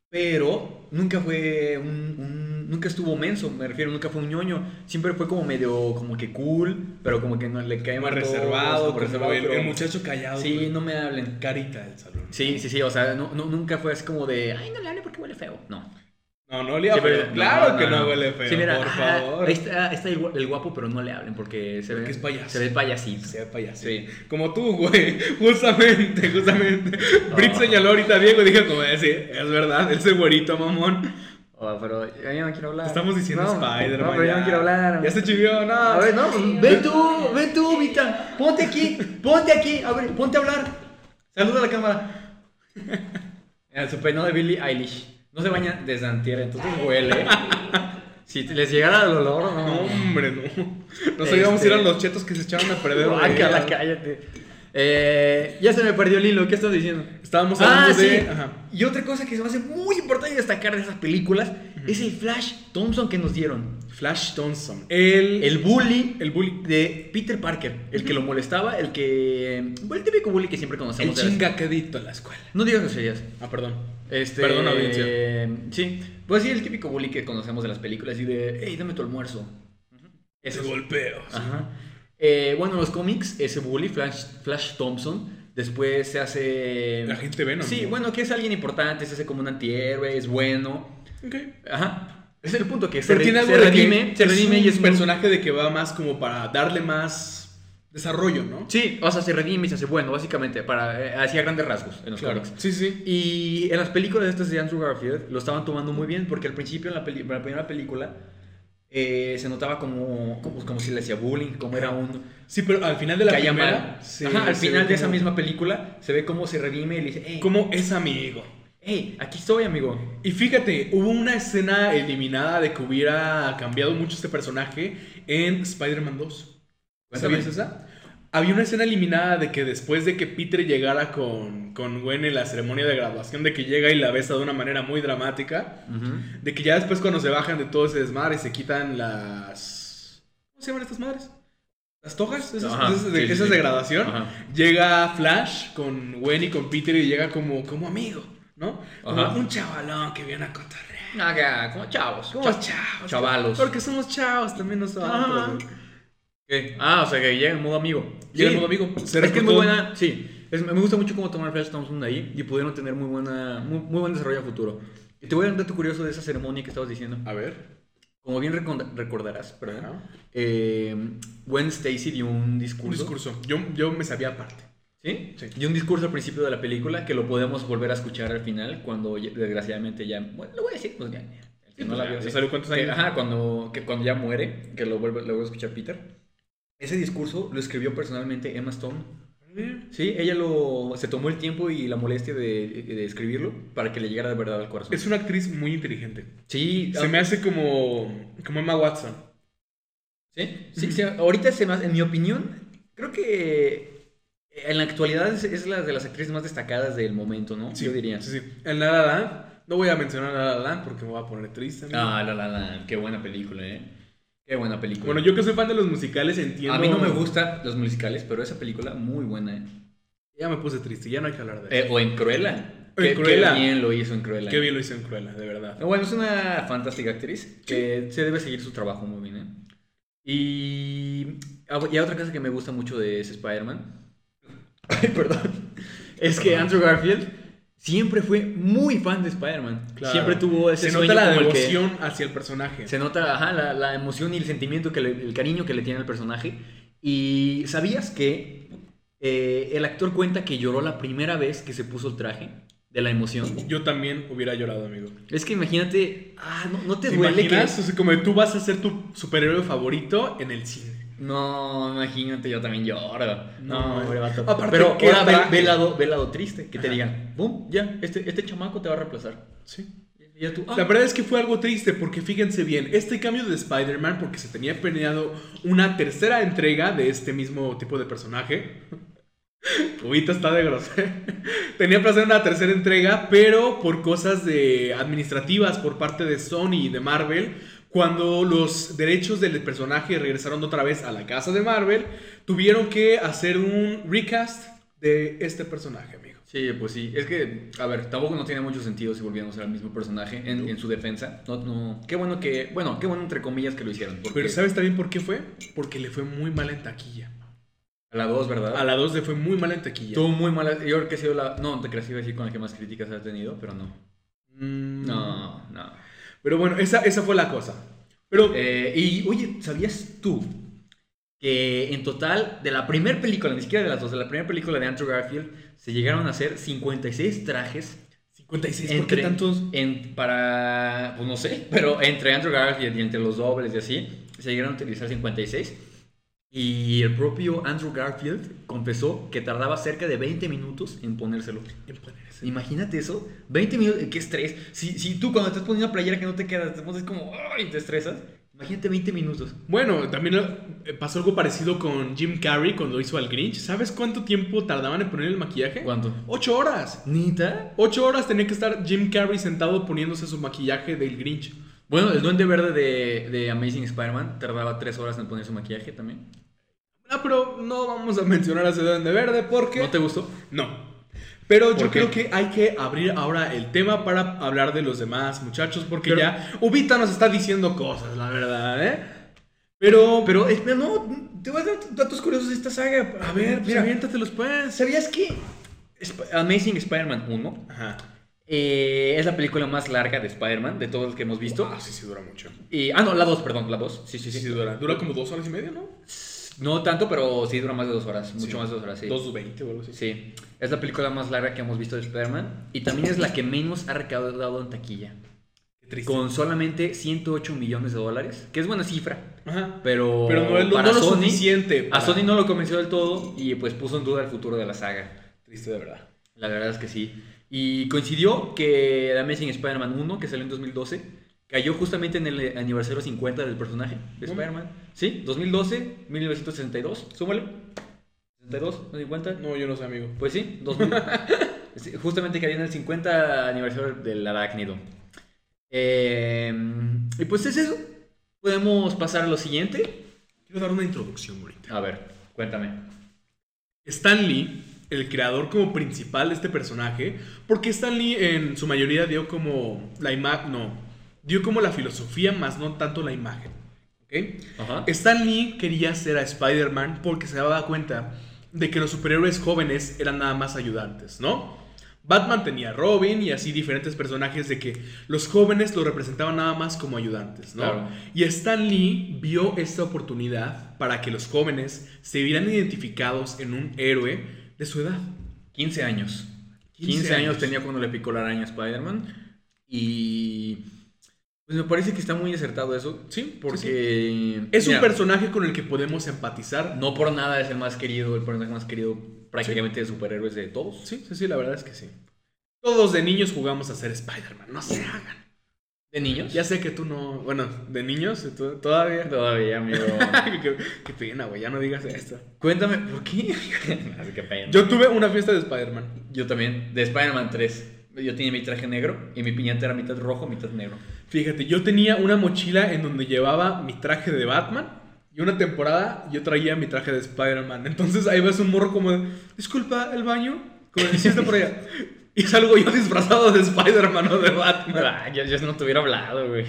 pero nunca fue un, un- nunca estuvo menso me refiero nunca fue un ñoño siempre fue como medio como que cool pero como que no le cae Más mal a todos, reservado, como como reservado, el, pero- el muchacho callado. sí con no me hablen Carita del salón. sí sí sí o sea no, no- nunca fue así como de ay no le hable porque huele feo no No, no olía Siempre- feo. Claro no, que no, no. huele feo, Sí, mira, por ah, favor. ahí está, está el, gua- el guapo pero no le hablen porque se ve Porque es payaso. se ve payasito Sea payaso. sí Como tú, güey. <laughs> Justamente, justamente. Brit Ah. señaló ahorita a Diego y dijo como decir, es verdad, ese güerito mamón. Oh, pero yo no quiero hablar Te Estamos diciendo Ah, No, Spider-Man. no pero yo ya. no quiero hablar Ya se chivió, no. A ver, no, pues, ve tú, ve tú, Vita. Ponte aquí, ponte aquí, a ver, ponte a hablar. Saluda a la cámara. <laughs> El su peinado de Billie Eilish. No se baña desde antier, entonces huele. <laughs> Si te- les llegara el olor, No, no. hombre, no. Nos Este- íbamos a ir a los chetos que se echaron a perder. güey. Guácala, cállate. Eh, ya se me perdió el hilo, ¿qué estás diciendo? Estábamos Ah, hablando sí. de. Ajá. Y otra cosa que se me hace muy importante destacar de esas películas es el Flash Thompson que nos dieron. Flash Thompson. El. El bully el bully. de Peter Parker, el que lo molestaba, el que. El típico bully que siempre El conocemos. de las- chingaquedito en la escuela. No digas groserías. Ah, perdón. Este, Perdón, audiencia. Sí, pues sí, el típico bully que conocemos de las películas y de, hey, dame tu almuerzo. Te Ese golpeo. Ajá. Eh, bueno, en los cómics, ese bully, Flash, Flash Thompson, después se hace. La gente Venom. Sí, ¿no? bueno, que es alguien importante, se hace como un antihéroe, es bueno. Ok. Ajá. Ese Es el punto que se, Pero re- tiene algo se de redime, que se redime es un y es muy- personaje de que va más como para darle más desarrollo, ¿no? Sí, o sea, se redime y se hace bueno, básicamente, para, eh, hacía grandes rasgos en los claro. cómics. Sí, sí. Y en las películas estas de Andrew Garfield lo estaban tomando muy bien, porque al principio, en la, peli- en la primera película, eh, se notaba como, pues, como, como si le hacía bullying, como era un... Sí, pero al final de la caía primera, mal. se- Ajá, al se final ve de esa como- misma película, se ve cómo se redime y le dice, hey, como es amigo. hey, aquí estoy, amigo. Y fíjate, hubo una escena eliminada de que hubiera cambiado mucho este personaje en Spider-Man 2. Cuéntame. ¿Sabías esa? Había una escena eliminada de que después de que Peter llegara con, con Gwen en la ceremonia de graduación, de que llega y la besa de una manera muy dramática, De que ya después cuando se bajan de todo ese desmadre se quitan las... ¿Cómo se llaman estas madres? Las togas, esas, Ajá, esas de, sí, sí, esas sí. de graduación. Ajá. Llega Flash con Gwen y con Peter y llega como, como amigo, ¿no? Como Ajá. un chavalón que viene a cotorrear. Naga, como chavos. Ah, Como chavos. chavos. chavalos. Ah, Porque somos chavos también Ajá. nosotros. güey. ¿Qué? Ah, o sea que llega en modo amigo. Sí, Llega en modo amigo. se es que es respetó. muy buena. Sí. Es- me gusta mucho cómo tomaron Flash Thompson ahí y pudieron tener muy buena, muy, muy buen desarrollo a futuro. Y te voy a dar un dato curioso de esa ceremonia que estabas diciendo. A ver. Como bien reconda- recordarás, perdón. Ajá. Eh, Gwen Stacy dio un discurso. Un discurso. Yo, yo me sabía aparte. ¿Sí? Sí. Y un discurso al principio de la película que lo podemos volver a escuchar al final cuando ya- desgraciadamente ya... Bueno, lo voy a decir, pues ya. el que Sí, no pues la ya, vio, ya sí. salió cuántos Que, años. ajá, cuando, que cuando ya muere, que lo vuelve, lo vuelve a escuchar Peter. Ese discurso lo escribió personalmente Emma Stone. Sí, ella lo, se tomó el tiempo y la molestia de, de escribirlo para que le llegara de verdad al corazón. Es una actriz muy inteligente. Sí, ah, Se me hace como, como Emma Watson. Sí, sí, sí, ahorita se me hace- en mi opinión, creo que eh, en la actualidad es, es la de las actrices más destacadas del momento, ¿no? Sí, Yo diría. Sí, sí. En La La Land, no voy a mencionar La La Land porque me voy a poner triste. amigo. Ah, la la la, qué buena película, ¿eh? Qué buena película. Bueno, yo que soy fan de los musicales entiendo. a mí no me gustan los musicales, pero esa película muy buena, ¿eh? Ya me puse triste, ya no hay que hablar de eso. Eh, o en Cruella. En Qué- Cruella. Qué bien lo hizo en Cruella. Eh, Qué bien lo hizo en Cruella, de verdad. Bueno, es una fantástica actriz que se debe seguir su trabajo muy bien, ¿eh? Y, ah, y otra cosa que me gusta mucho de ese Spider-Man, <laughs> Ay, perdón, es que Andrew Garfield siempre fue muy fan de Spider-Man. Claro. Siempre tuvo ese Se sueño nota la como el que- devoción hacia el personaje. se nota ajá, la, la emoción y el sentimiento, que le- el cariño que le tiene al personaje. Y ¿sabías que eh, el actor cuenta que lloró la primera vez que se puso el traje de la emoción? Yo también hubiera llorado, amigo. Es que imagínate, ah, no, no te, ¿Te duele imaginas? que... O sea, como tú vas a ser tu superhéroe favorito en el cine. No, imagínate, yo también lloro. No, No, hombre, vato. aparte, Pero qué ahora ve, traje. ve el lado, ve el lado triste, que te Ajá. digan, boom, ya, este, este chamaco te va a reemplazar. Sí. Y ya tú, ah, La verdad es que fue algo triste porque fíjense bien, este cambio de Spider-Man, porque se tenía planeado una tercera entrega de este mismo tipo de personaje. <laughs> Cubita está de grosero. <laughs> Tenía planeado una tercera entrega, pero por cosas de administrativas por parte de Sony y de Marvel, cuando los derechos del personaje regresaron otra vez a la casa de Marvel, tuvieron que hacer un recast de este personaje, amigo. Sí, pues sí. Es que, a ver, tampoco no tiene mucho sentido si volviéramos al mismo personaje en, en su defensa. No, no. Qué bueno que, bueno, qué bueno entre comillas que lo hicieron. Porque Pero ¿sabes también por qué fue? Porque le fue muy mal en taquilla. a la 2, ¿verdad? A la 2 le fue muy mal en taquilla. Estuvo muy mala. Yo creo que ha sido la. No, te creas que iba a decir con la que más críticas ha tenido, pero no. Mm, No, no. Pero bueno, esa, esa fue la cosa. Pero Eh, y oye, ¿sabías tú que en total de la primera película, ni siquiera de las dos, de la primera película de Andrew Garfield, se llegaron a hacer 56 trajes 56, ¿por qué entre tantos? en- para pues no sé pero entre Andrew Garfield y entre los dobles y así se llegaron a utilizar 56 y el propio Andrew Garfield confesó que tardaba cerca de 20 minutos en ponérselo imagínate eso 20 minutos qué estrés si, si tú cuando estás poniendo una playera que no te queda te pones como ay te estresas imagínate 20 minutos Bueno, también eh, pasó algo parecido con Jim Carrey cuando hizo al Grinch. ¿Sabes cuánto tiempo tardaban en poner el maquillaje? ¿cuánto? Ocho horas. ¿nita? Ocho horas tenía que estar Jim Carrey sentado poniéndose su maquillaje del Grinch. bueno el duende verde de, de Amazing Spider-Man tardaba 3 horas en poner su maquillaje también Ah, pero no vamos a mencionar a Ciudad de Verde porque... ¿no te gustó? No. Pero yo ¿Por qué? creo que hay que abrir ahora el tema para hablar de los demás muchachos, porque Pero- ya Ubita nos está diciendo cosas, la verdad, ¿eh? Pero, Pero, espera, no, te voy a dar datos curiosos de esta saga. a ver, pues mira, aviéntatelos, pues. ¿sabías que Sp- Amazing Spider-Man 1 Ajá. eh, es la película más larga de Spider-Man de todos los que hemos visto? Ah, sí, sí, dura mucho. Y, ah, no, la 2, perdón, la 2. Sí, sí, Sí, sí. sí, dura. Dura como dos horas y media, ¿no? No tanto, pero sí dura más de dos horas, mucho Sí. más de dos horas, sí. Dos veinte o algo así. Sí, es la película más larga que hemos visto de Spider-Man y también es la que menos ha recaudado en taquilla, Qué triste. con solamente 108 millones de dólares, que es buena cifra, Ajá. pero, Pero no es lo, para no lo Sony- suficiente. A para- Sony no lo convenció del todo y pues puso en duda el futuro de la saga. Triste, de verdad. La verdad es que sí. Y coincidió que The Amazing Spider-Man 1, que salió en 2012, cayó justamente en el aniversario 50 del personaje de ¿Cómo? Spider-Man. Sí, 2012, 1962, súmale. 62, ¿no di cuenta? No, yo no sé, amigo. Pues sí, 2000. Sí, justamente cayó en el 50 aniversario del arácnido. Em, Eh, y pues es eso. Podemos pasar a lo siguiente. Quiero dar una introducción ahorita. A ver, cuéntame. Stan Lee, el creador como principal de este personaje, porque Stan Lee en su mayoría dio como la imagen, no, dio como la filosofía más no tanto la imagen. ¿ok? Ajá. Stan Lee quería ser a Spider-Man porque se daba cuenta de que los superhéroes jóvenes eran nada más ayudantes, ¿no? Batman tenía a Robin y así diferentes personajes de que los jóvenes lo representaban nada más como ayudantes, ¿no? Claro. Y Stan Lee vio esta oportunidad para que los jóvenes se vieran identificados en un héroe de su edad. 15 años. 15, 15 años años. tenía cuando le picó la araña a Spider-Man. Y. Pues me parece que está muy acertado eso. Sí, Porque. sí, sí. Es Mira, un personaje con el que podemos empatizar. No por nada es el más querido, el personaje más querido prácticamente de superhéroes de todos. Sí, sí, sí, la verdad es que sí. Todos de niños jugamos a ser Spider-Man, no se hagan. ¿De niños? Ya sé que tú no. Bueno, de niños, tú- todavía. <laughs> Todavía, amigo. qué, qué pena, güey, ya no digas esto. <laughs> Cuéntame, ¿por qué? Así que pena. Yo tuve una fiesta de Spider-Man. Yo también, de Spider-Man 3. Yo tenía mi traje negro y mi piñata era mitad rojo, mitad negro. Fíjate, yo tenía una mochila en donde llevaba mi traje de Batman. Y una temporada yo traía mi traje de Spider-Man. Entonces ahí ves un morro como de, disculpa, el baño. Como hiciste por allá. Y salgo yo disfrazado de Spider-Man o de Batman. Ah, yo, yo no te hubiera hablado, güey.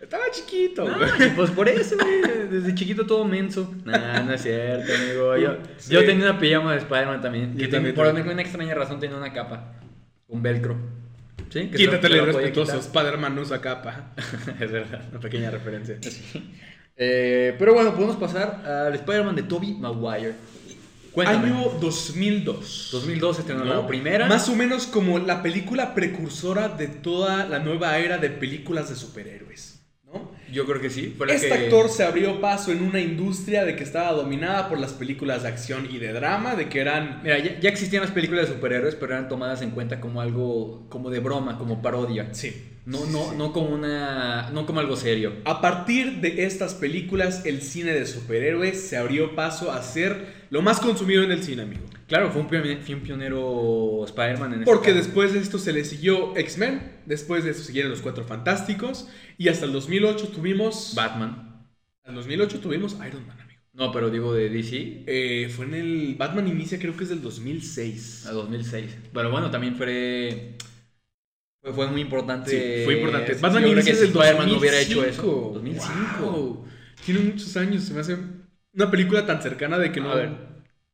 Estaba chiquito, güey. Ah, pues por eso, güey. Desde chiquito todo menso. Nah, no es cierto, amigo. Yo, Sí. yo tenía una pijama de Spider-Man también. Yo Que ten- también por tuve. alguna extraña razón tenía una capa. Un velcro. ¿Sí? que se lo- Quítatele se lo podía respetuoso. Spider-Man no usa capa. quitar. <laughs> es verdad. Una pequeña referencia. Eh, pero bueno, podemos pasar al Spider-Man de Tobey Maguire. Cuéntame. Año 2002. 2012 estrenó ¿no? la primera. Más o menos como la película precursora de toda la nueva era de películas de superhéroes. ¿no? Yo creo que sí. Fue la Este que- actor se abrió paso en una industria de que estaba dominada por las películas de acción y de drama, de que eran... Mira, ya, ya existían las películas de superhéroes, pero eran tomadas en cuenta como algo, como de broma, como parodia. Sí. No, sí, no, sí. no como una, no como algo serio. A partir de estas películas, el cine de superhéroes se abrió paso a ser lo más consumido en el cine, amigo. Claro, fue un pionero, fue un pionero Spider-Man en este Porque caso. después de esto se le siguió X-Men, después de eso siguieron los Cuatro Fantásticos y hasta el 2008 tuvimos... Batman. En 2008 tuvimos Iron Man, amigo. No, pero digo de DC Eh, fue en el. Batman Inicia, creo que es del 2006. a 2006. Pero bueno, también fue fue, fue muy importante. Sí, fue importante. Sí, Batman yo creo que Inicia es si del Spider-Man 2005. no hubiera hecho eso. 2005. Wow. Tiene muchos años, se me hace una película tan cercana de que no. A ver.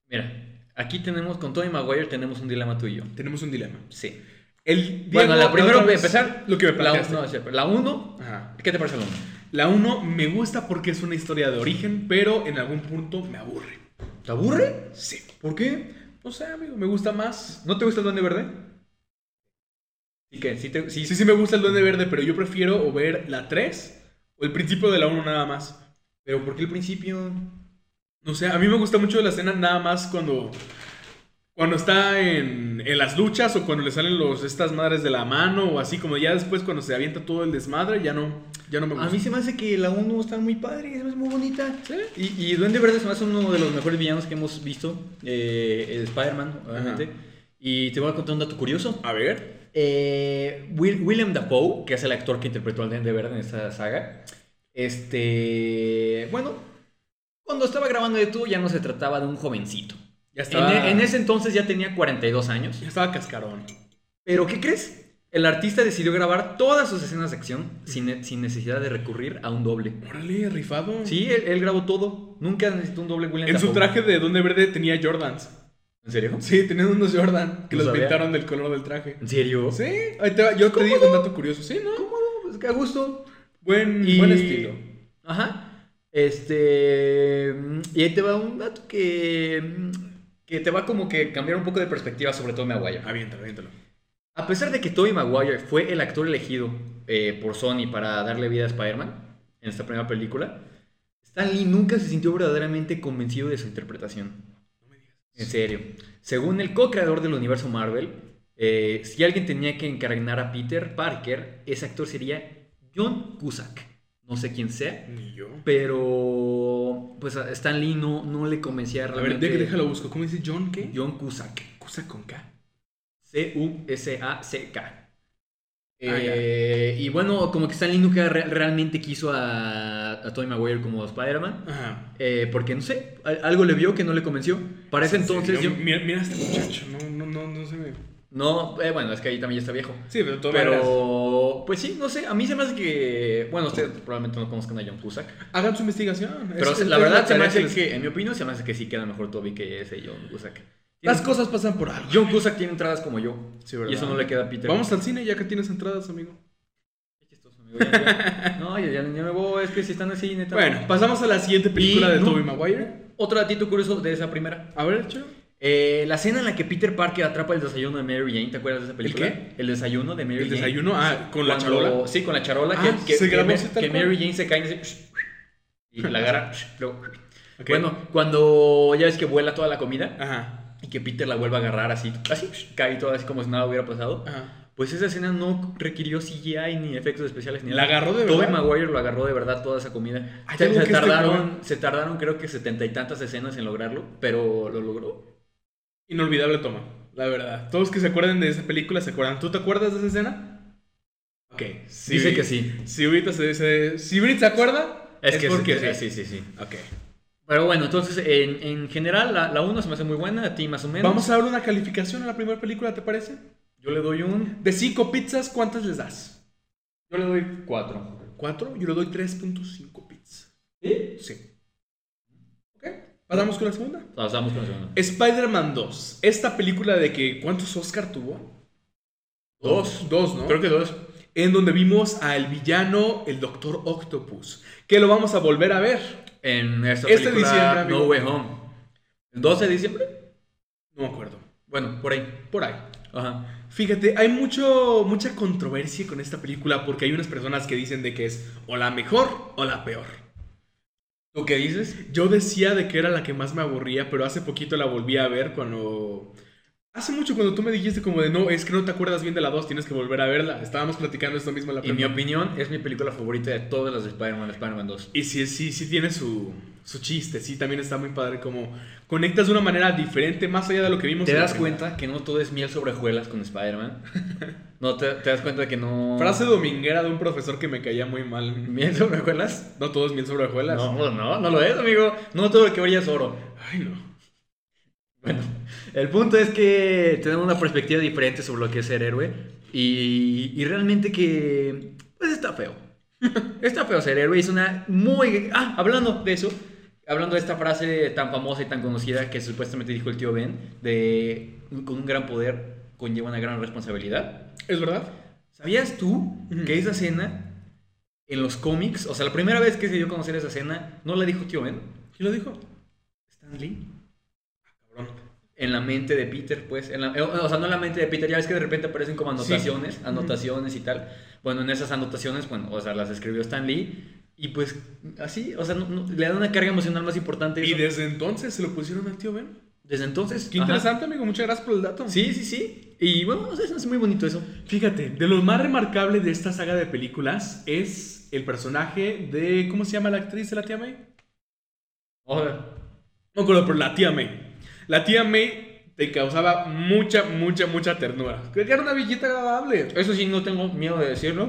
Mira, aquí tenemos con Tony Maguire tenemos un dilema tú y yo. Tenemos un dilema. Sí. El Bueno, la primera otra voy a vez, empezar. Lo que me La, planteaste. no, sí, la uno, Ajá. ¿qué te parece la uno? La 1 me gusta porque es una historia de origen, pero en algún punto me aburre. ¿Te aburre? Sí. ¿Por qué? No sé, amigo, me gusta más. ¿No te gusta el Duende Verde? ¿Y qué? ¿Sí te, sí, Sí, sí me gusta el Duende Verde, pero yo prefiero o ver la 3 o el principio de la 1 nada más. ¿Pero por qué el principio? No sé, a mí me gusta mucho la escena nada más cuando. Cuando está en, en las luchas o cuando le salen los, estas madres de la mano o así, como ya después cuando se avienta todo el desmadre, ya no, ya no me A gusta. mí se me hace que la 1 está muy padre, se me hace muy bonita. Y, y Duende Verde se me hace uno de los mejores villanos que hemos visto. Eh, el Spider-Man, obviamente. Ajá. Y te voy a contar un dato curioso. A ver. Eh, Will- Willem Dafoe, que es el actor que interpretó al Duende Verde en esta saga. Este. Bueno, cuando estaba grabando de todo ya no se trataba de un jovencito. Ya En, e, estaba. en ese entonces ya tenía 42 años. Ya estaba cascarón. Pero ¿qué crees? El artista decidió grabar todas sus escenas de acción sin, sin necesidad de recurrir a un doble. Órale, rifado. Sí, él, él grabó todo. Nunca necesitó un doble William En su traje de Duende Verde tenía Jordans. ¿En serio? Sí, tenían unos Jordan que No los sabía. pintaron del color del traje. ¿En serio? Sí, ahí te va, yo te digo un dato curioso. Sí, ¿no? Cómodo, pues, a gusto. Buen, Y- buen estilo. Mm, Ajá. Este. Y ahí te va un dato que. mm, que te va como que cambiar un poco de perspectiva sobre Tobey Maguire. Aviéntalo, aviéntalo. A pesar de que Tobey Maguire fue el actor elegido eh, por Sony para darle vida a Spider-Man en esta primera película, Stan Lee nunca se sintió verdaderamente convencido de su interpretación. No me digas. En serio. Según el co-creador del universo Marvel, eh, si alguien tenía que encarnar a Peter Parker, ese actor sería John Cusack. No sé quién sea, Ni yo. pero pues a Stan Lee no, no le convencía A ver, realmente. deja- déjalo busco. ¿Cómo dice John qué? John Cusack. Cosa con K. C-U-S-A-C-K. Ah, ya. Eh, y bueno, como que Stan Lee nunca re- realmente quiso a a, a Tobey Maguire como Spider-Man. Ajá. eh, porque no sé, al- algo le vio que no le convenció. Para ese entonces Sí, yo. no, Mira, mira a este muchacho, no, no, no, no se ve. No, eh, bueno, es que ahí también ya está viejo. Sí, pero todavía verás. Pero, pues sí, no sé, a mí se me hace que. Bueno, ustedes probablemente no conozcan a John Cusack. Hagan su investigación. Pero Es- es- la es verdad se me tarea hace les- que, en mi opinión, se me hace que sí queda mejor Toby que ese John Cusack. Las cosas pasan por algo. John Cusack tiene entradas como yo. Sí, ¿verdad? Y eso no le queda a Peter. Vamos al cine ya que tienes entradas, amigo. Qué chistoso, amigo, ya- ya- No, ya, ya- ya me voy, es que si están así, neta. Bueno, pasamos a la siguiente película Y de no- Tobey Maguire. Otro datito curioso de esa primera. A ver, chido. Eh, la escena en la que Peter Parker atrapa el desayuno de Mary Jane, ¿te acuerdas de esa película? qué? El desayuno de Mary El Jane. desayuno, ah, con la Cuando- charola. Sí, con la charola Ah, que, que- se que grabó Ma- así tal que cual. Mary Jane se cae y, dice, y la agarra. luego- Ok. Bueno, cuando ya ves que vuela toda la comida Ajá, y que Peter la vuelve a agarrar así, así cae toda así como si nada hubiera pasado. ajá. Pues esa escena no requirió CGI ni efectos especiales ni ¿La nada. agarró de Tobey verdad? Maguire lo agarró de verdad toda esa comida. Hay se, algo se que este tardaron, se tardaron creo que setenta y tantas escenas en lograrlo, pero lo logró. Inolvidable toma, la verdad. Todos que se acuerden de esa película se acuerdan. ¿Tú te acuerdas de esa escena? Ok, sí. Dice que sí. Si Brit se, se- si Brit se acuerda, Es, que porque sí, sí, sí, sí. Ok. Pero bueno, entonces en, en general la, la 1 se me hace muy buena, a ti más o menos. Vamos a darle una calificación a la primera película, ¿te parece? Yo le doy un... De cinco pizzas, ¿cuántas les das? Yo le doy 4. ¿Cuatro? Yo le doy 3.5 pizzas. ¿Sí? Sí. Ok. ¿Pasamos con la segunda? Pasamos con la segunda. Spider-Man 2. Esta película de que. ¿Cuántos Oscar tuvo? Dos. Dos, ¿no? Creo que dos. En donde vimos al villano, el Doctor Octopus. Que lo vamos a volver a ver. En esta Este película, diciembre, amigo. No Way Home. ¿El 12 de diciembre? No me acuerdo. Bueno, por ahí. Por ahí. Ajá. Fíjate, hay mucho, mucha controversia con esta película porque hay unas personas que dicen de que es o la mejor o la peor. ¿Tú qué dices? Yo decía de que era la que más me aburría, pero hace poquito la volví a ver cuando... Hace mucho cuando tú me dijiste como de no, es que no te acuerdas bien de la 2, tienes que volver a verla. Estábamos platicando esto mismo en la En mi prepa. opinión, es mi película favorita de todas las de Spider-Man, Spider-Man 2. Y sí, sí, sí tiene su, su chiste, sí, también está muy padre como conectas de una manera diferente más allá de lo que vimos. ¿Te en la das primera. cuenta que no todo es miel sobre hojuelas con Spider-Man? <laughs> No, te, te das cuenta que no... Frase dominguera de un profesor que me caía muy mal. ¿Miel sobre hojuelas? No todo es miel sobre hojuelas. No, no, no lo es, amigo. No todo lo que brilla es oro. Ay, no. Bueno, el punto es que tenemos una perspectiva diferente sobre lo que es ser héroe y, y realmente que, pues está feo. <laughs> Está feo ser héroe, es una muy... Ah, hablando de eso, hablando de esta frase tan famosa y tan conocida que supuestamente dijo el tío Ben, de con un gran poder conlleva una gran responsabilidad. ¿Es verdad? ¿Sabías tú Ujú. que esa escena en los cómics, o sea, la primera vez que se dio a conocer esa escena, no la dijo tío Ben? ¿Quién lo dijo? Stan Lee. Cabrón. en la mente de Peter, pues, en la- eh, o sea, no en la mente de Peter, ya ves que de repente aparecen como anotaciones, anotaciones y tal. Bueno, en esas anotaciones, bueno, o sea, las escribió Stan Lee y pues así, o sea, no- no- le da una carga emocional más importante. Y eso. desde entonces se lo pusieron al tío Ben. Desde entonces. Qué ajá. interesante, amigo. Muchas gracias por el dato. Sí, sí, sí. Y bueno, o sea, es muy bonito eso. Fíjate, de lo más remarcable de esta saga de películas es el personaje de. ¿Cómo se llama la actriz de la tía May? No me acuerdo, pero la tía May. La tía May te causaba mucha, mucha, mucha ternura. Que Era una villita agradable. eso sí, no tengo miedo de decirlo.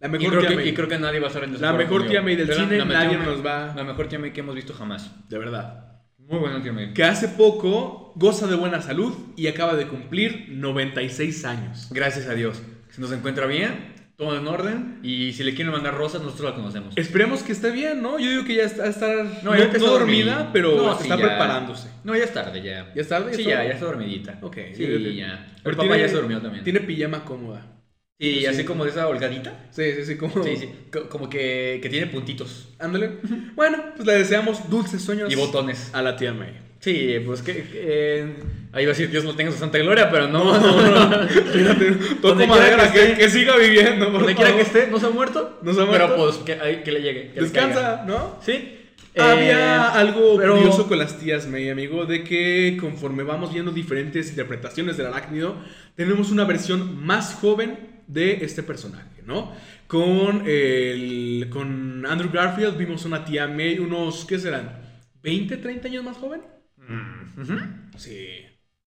La Y mejor creo, tía que, May. y creo que nadie va a estar en La desacuerdo mejor conmigo. tía May del Es la- cine, la mejor nadie tía May- nos va. La mejor tía May que hemos visto jamás. De verdad. Muy buena tía May. Que hace poco goza de buena salud y acaba de cumplir 96 años. Gracias a Dios. Se nos encuentra bien, todo en orden. Y si le quieren mandar rosas, nosotros la conocemos. Esperemos que esté bien, ¿no? Yo digo que ya está, estar no, ya que no está dormida, pero No, se sí, está ya. preparándose. No, ya es tarde, ya. ¿Ya es tarde? Sí, ¿Ya es ya, tarde? ya está dormidita. Ok. Sí, Yo- yo- ya. El Pero papá tiene- ya se durmió también. Tiene pijama cómoda. Sí, sí. Oh. así como de esa holgadita. Sí, sí, sí, como. Sí, sí. co- Como que, que tiene puntitos Ándale. Bueno, pues le deseamos dulces sueños y botones. a la tía May. Sí, pues que. eh, ahí iba a decir Dios no tenga su santa gloria, pero no. <laughs> Fíjate, toco <laughs> Donde madera, quiera que que, que siga viviendo, por Donde quiera que favor. esté, no se ha muerto. No se ha Pero pues muerto. que, ahí- que le llegue. que le caiga. Descansa, ¿no? Sí. Había Eh, algo pero- curioso con las tías May, amigo, de que conforme vamos viendo diferentes interpretaciones del arácnido, tenemos una versión más joven de este personaje, ¿no? Con, el, con Andrew Garfield vimos una tía May, unos, ¿qué serán? ¿20, 30 años más joven? Mm, ujú. Sí.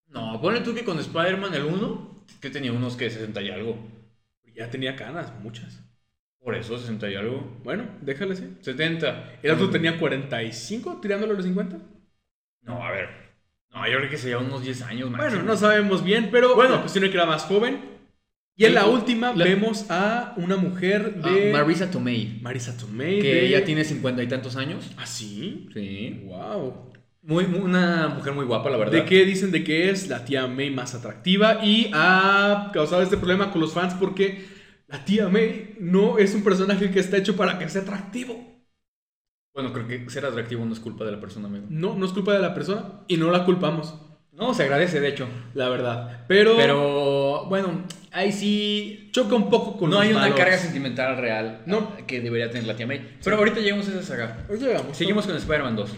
No, ponle tú que con Spider-Man el 1, que tenía unos que 60 y algo. Ya tenía canas, muchas. Por eso, 60 y algo. Bueno, déjale así. 70. ¿El otro tenía 45 tirándolo a los 50? No, a ver. No, yo creo que sería unos 10 años más. Bueno, no sabemos bien, pero Bueno. bueno, la cuestión es que era más joven. Y en Sí, pues, la última la- Ah, vemos a una mujer de Marisa Tomei, Marisa Tomei. que de- ya tiene cincuenta y tantos años. ¿Ah, sí? Sí. Wow. Muy, muy- una mujer muy guapa, la verdad. ¿De qué dicen de que es la tía May más atractiva? Y ha causado este problema con los fans porque la tía May no es un personaje que está hecho para que sea atractivo. Bueno, creo que ser atractivo no es culpa de la persona, amigo. No, no es culpa de la persona y no la culpamos, No, se agradece, de hecho. la verdad. Pero, Pero, bueno, ahí sí. choca un poco con No los hay una valores. carga sentimental real No. ah, que debería tener la tía May. Pero ahorita llegamos a esa saga. Ahorita llegamos. Seguimos con Spider-Man 2.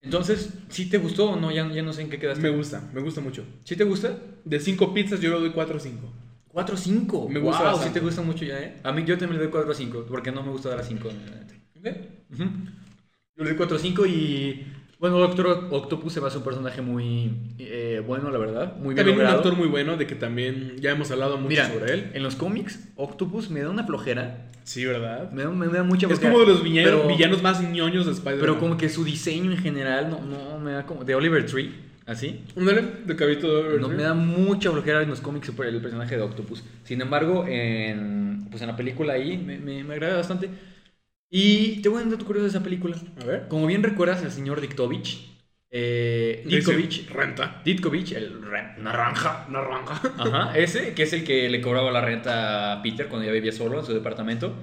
Entonces, ¿sí te gustó o no? Ya, ya no sé en qué quedaste. Me gusta, me gusta mucho. ¿Sí te gusta? De 5 pizzas yo le doy 4 o 5. 4 o 5. Me gusta Sí bastante. te gusta mucho ya, ¿eh? A mí yo también le doy 4 o 5, porque no me gusta dar a 5. Yo le doy 4 o 5 y... Bueno, Doctor Octopus se me hace un personaje muy eh, bueno, la verdad. Muy bien También un logrado. actor muy bueno, de que también ya hemos hablado mucho Mira, sobre él. en los cómics, Octopus me da una flojera. Sí, ¿verdad? Me da, me da mucha Es flojera. como de los viña- Pero- villanos más ñoños de Spider-Man. Pero como que su diseño en general no, no me da como... De Oliver Tree, así. Ándale, de cabito de Oliver No, Tree. me da mucha flojera en los cómics super- el personaje de Octopus. Sin embargo, en, pues en la película ahí me, me, me agrada bastante. Y te voy a dar tu curioso de esa película. A ver. Como bien recuerdas, el señor Diktovich, eh, Dice, Ditkovich, Renta. Ditkovich, el re- naranja, Naranja. ajá, <laughs> ese, que es el que le cobraba la renta a Peter cuando ya vivía solo en su departamento.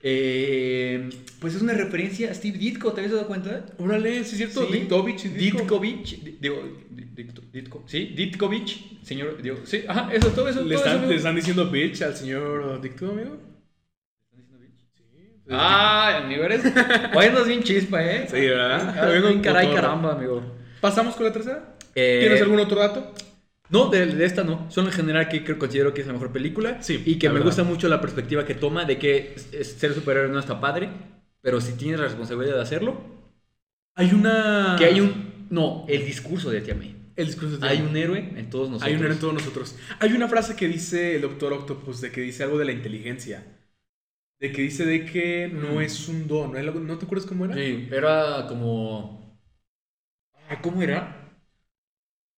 Eh, pues es una referencia a Steve Ditko, ¿te habías dado cuenta? Órale, sí es cierto. Sí. Ditkovich y Ditko. Ditkovich, di- digo, di- Ditko- Ditko- sí, Ditkovich, señor, digo, sí, ajá, eso, todo eso. ¿Le todo están, eso, le amigo. están diciendo bitch al señor Dicto, amigo? Ah, amigo, eres, hoy andas bien chispa, eh. Sí, ¿verdad? Andas Vengo bien caray, cotorro. caramba, amigo. ¿Pasamos con la tercera? Eh, ¿Tienes algún otro dato? No, de, de esta no. Solo en general que creo, considero que es la mejor película. Sí, Y que la me verdad. gusta mucho la perspectiva que toma de que es- es- ser superhéroe no está padre, pero si tienes la responsabilidad de hacerlo, Hay una... que hay un... No, el discurso de Tia May. El discurso de- Hay un héroe en todos nosotros. Hay un héroe en todos nosotros. Hay una frase que dice el Doctor Octopus, de que dice algo de la inteligencia. De que dice de que no Mm. Eh, es un don. ¿no? ¿Algo- ¿No te acuerdas cómo era? Sí, era como... Ah, ¿Cómo era?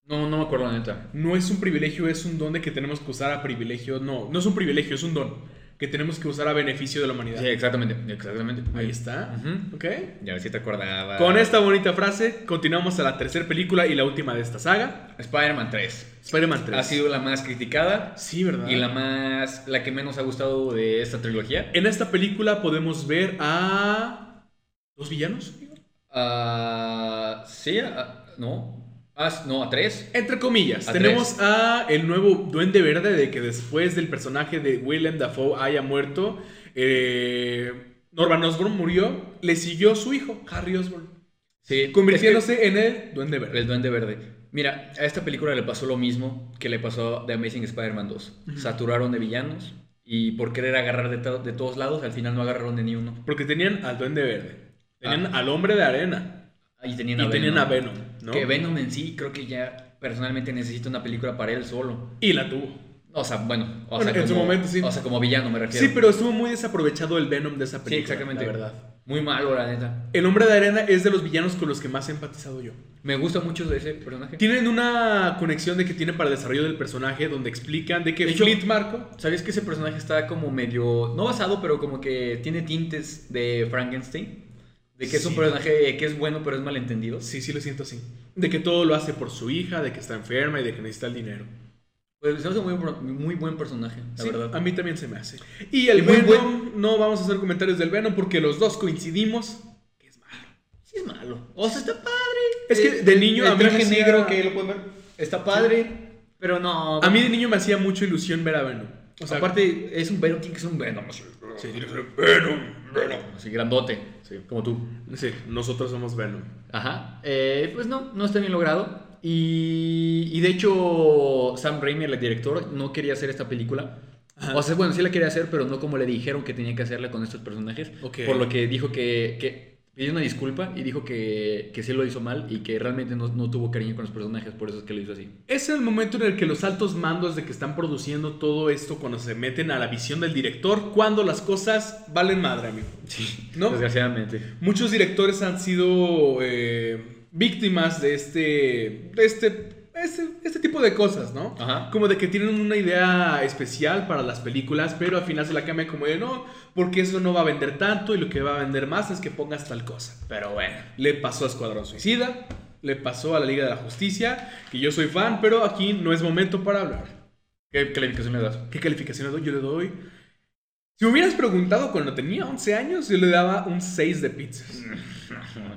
No, no me acuerdo la neta. No es un privilegio, es un don de que tenemos que usar a privilegio. No, no es un privilegio, es un don. Que tenemos que usar a beneficio de la humanidad. Sí, exactamente, exactamente. Ahí está. Ujú. ¿Ok? Ya ver si te acordaba. Con esta bonita frase, continuamos a la tercera película y la última de esta saga. Spider-Man 3. Spider-Man 3. Ha sido la más criticada. Sí, ¿verdad? Y la más. La que menos ha gustado de esta trilogía. En esta película podemos ver a... ¿Dos villanos? Ah, sí, ah, no. Ah, no, a tres. Entre comillas, A tenemos a el nuevo Duende Verde de que después del personaje de Willem Dafoe haya muerto, eh, Norman Osborn murió, le siguió su hijo, Harry Osborn, Sí. convirtiéndose en el Duende Verde. El Duende Verde. Mira, a esta película le pasó lo mismo que le pasó a The Amazing Spider-Man 2. Ujú. Saturaron de villanos y por querer agarrar de, to- de todos lados, al final no agarraron de ni uno. Porque tenían al Duende Verde, tenían al Hombre de Arena Y y Ah. tenían a Venom. tenían a Venom, ¿no? Que Venom en sí, creo que ya personalmente necesita una película para él solo. Y la tuvo. O sea, bueno. O Bueno, sea, en su momento, sí. O sea, como villano me refiero. Sí, pero estuvo muy desaprovechado el Venom de esa Sí, película. exactamente. la verdad. Muy malo, la neta. El Hombre de Arena es de los villanos con los que más he empatizado yo. Me gusta mucho de ese personaje. Tienen una conexión de que tienen para el desarrollo del personaje donde explican de que De hecho- Fleet Marco ¿Sabías que ese personaje está como medio, no basado, pero como que tiene tintes de Frankenstein? De que es un Sí. personaje que es bueno, pero es malentendido. Sí, sí, lo siento así. De que todo lo hace por su hija, de que está enferma y de que necesita el dinero. Pues se me hace muy, bro- muy buen personaje, la Sí, verdad. A mí también se me hace. Y el Y muy Venom, no vamos a hacer comentarios del Venom porque los dos coincidimos que es malo. Sí es malo. O sea, está padre. Eh, Es que de niño el a mí me traje hacía- negro que lo pueden ver. Está padre, pero no. A mí de niño me hacía mucha ilusión ver a Venom. O sea, aparte es un Venom, tiene que ser un Venom. Así, Sí, tiene que ser Venom, Venom. así grandote, como tú. Sí, nosotros somos Venom. Ajá. Eh, pues no, no está bien logrado. Y, y de hecho, Sam Raimi, el director, no quería hacer esta película. Ajá. O sea, bueno, sí la quería hacer, pero no como le dijeron que tenía que hacerla con estos personajes. Ok. Por lo que dijo que, que pidió una disculpa y dijo que, que sí lo hizo mal y que realmente no, no tuvo cariño con los personajes, por eso es que lo hizo así. Es el momento en el que los altos mandos de que están produciendo todo esto cuando se meten a la visión del director, cuando las cosas valen madre, amigo. ¿No? Desgraciadamente. Muchos directores han sido eh, víctimas de este, de este, este, este tipo de cosas, ¿no? Ajá. Como de que tienen una idea especial para las películas, pero al final se la cambian como de no, porque eso no va a vender tanto y lo que va a vender más es que pongas tal cosa. Pero bueno, le pasó a Escuadrón Suicida, le pasó a la Liga de la Justicia, que yo soy fan, pero aquí no es momento para hablar. ¿Qué calificación le das? ¿Qué calificación le doy? Yo le doy. Si me hubieras preguntado cuando tenía 11 años, yo le daba un 6 de pizzas.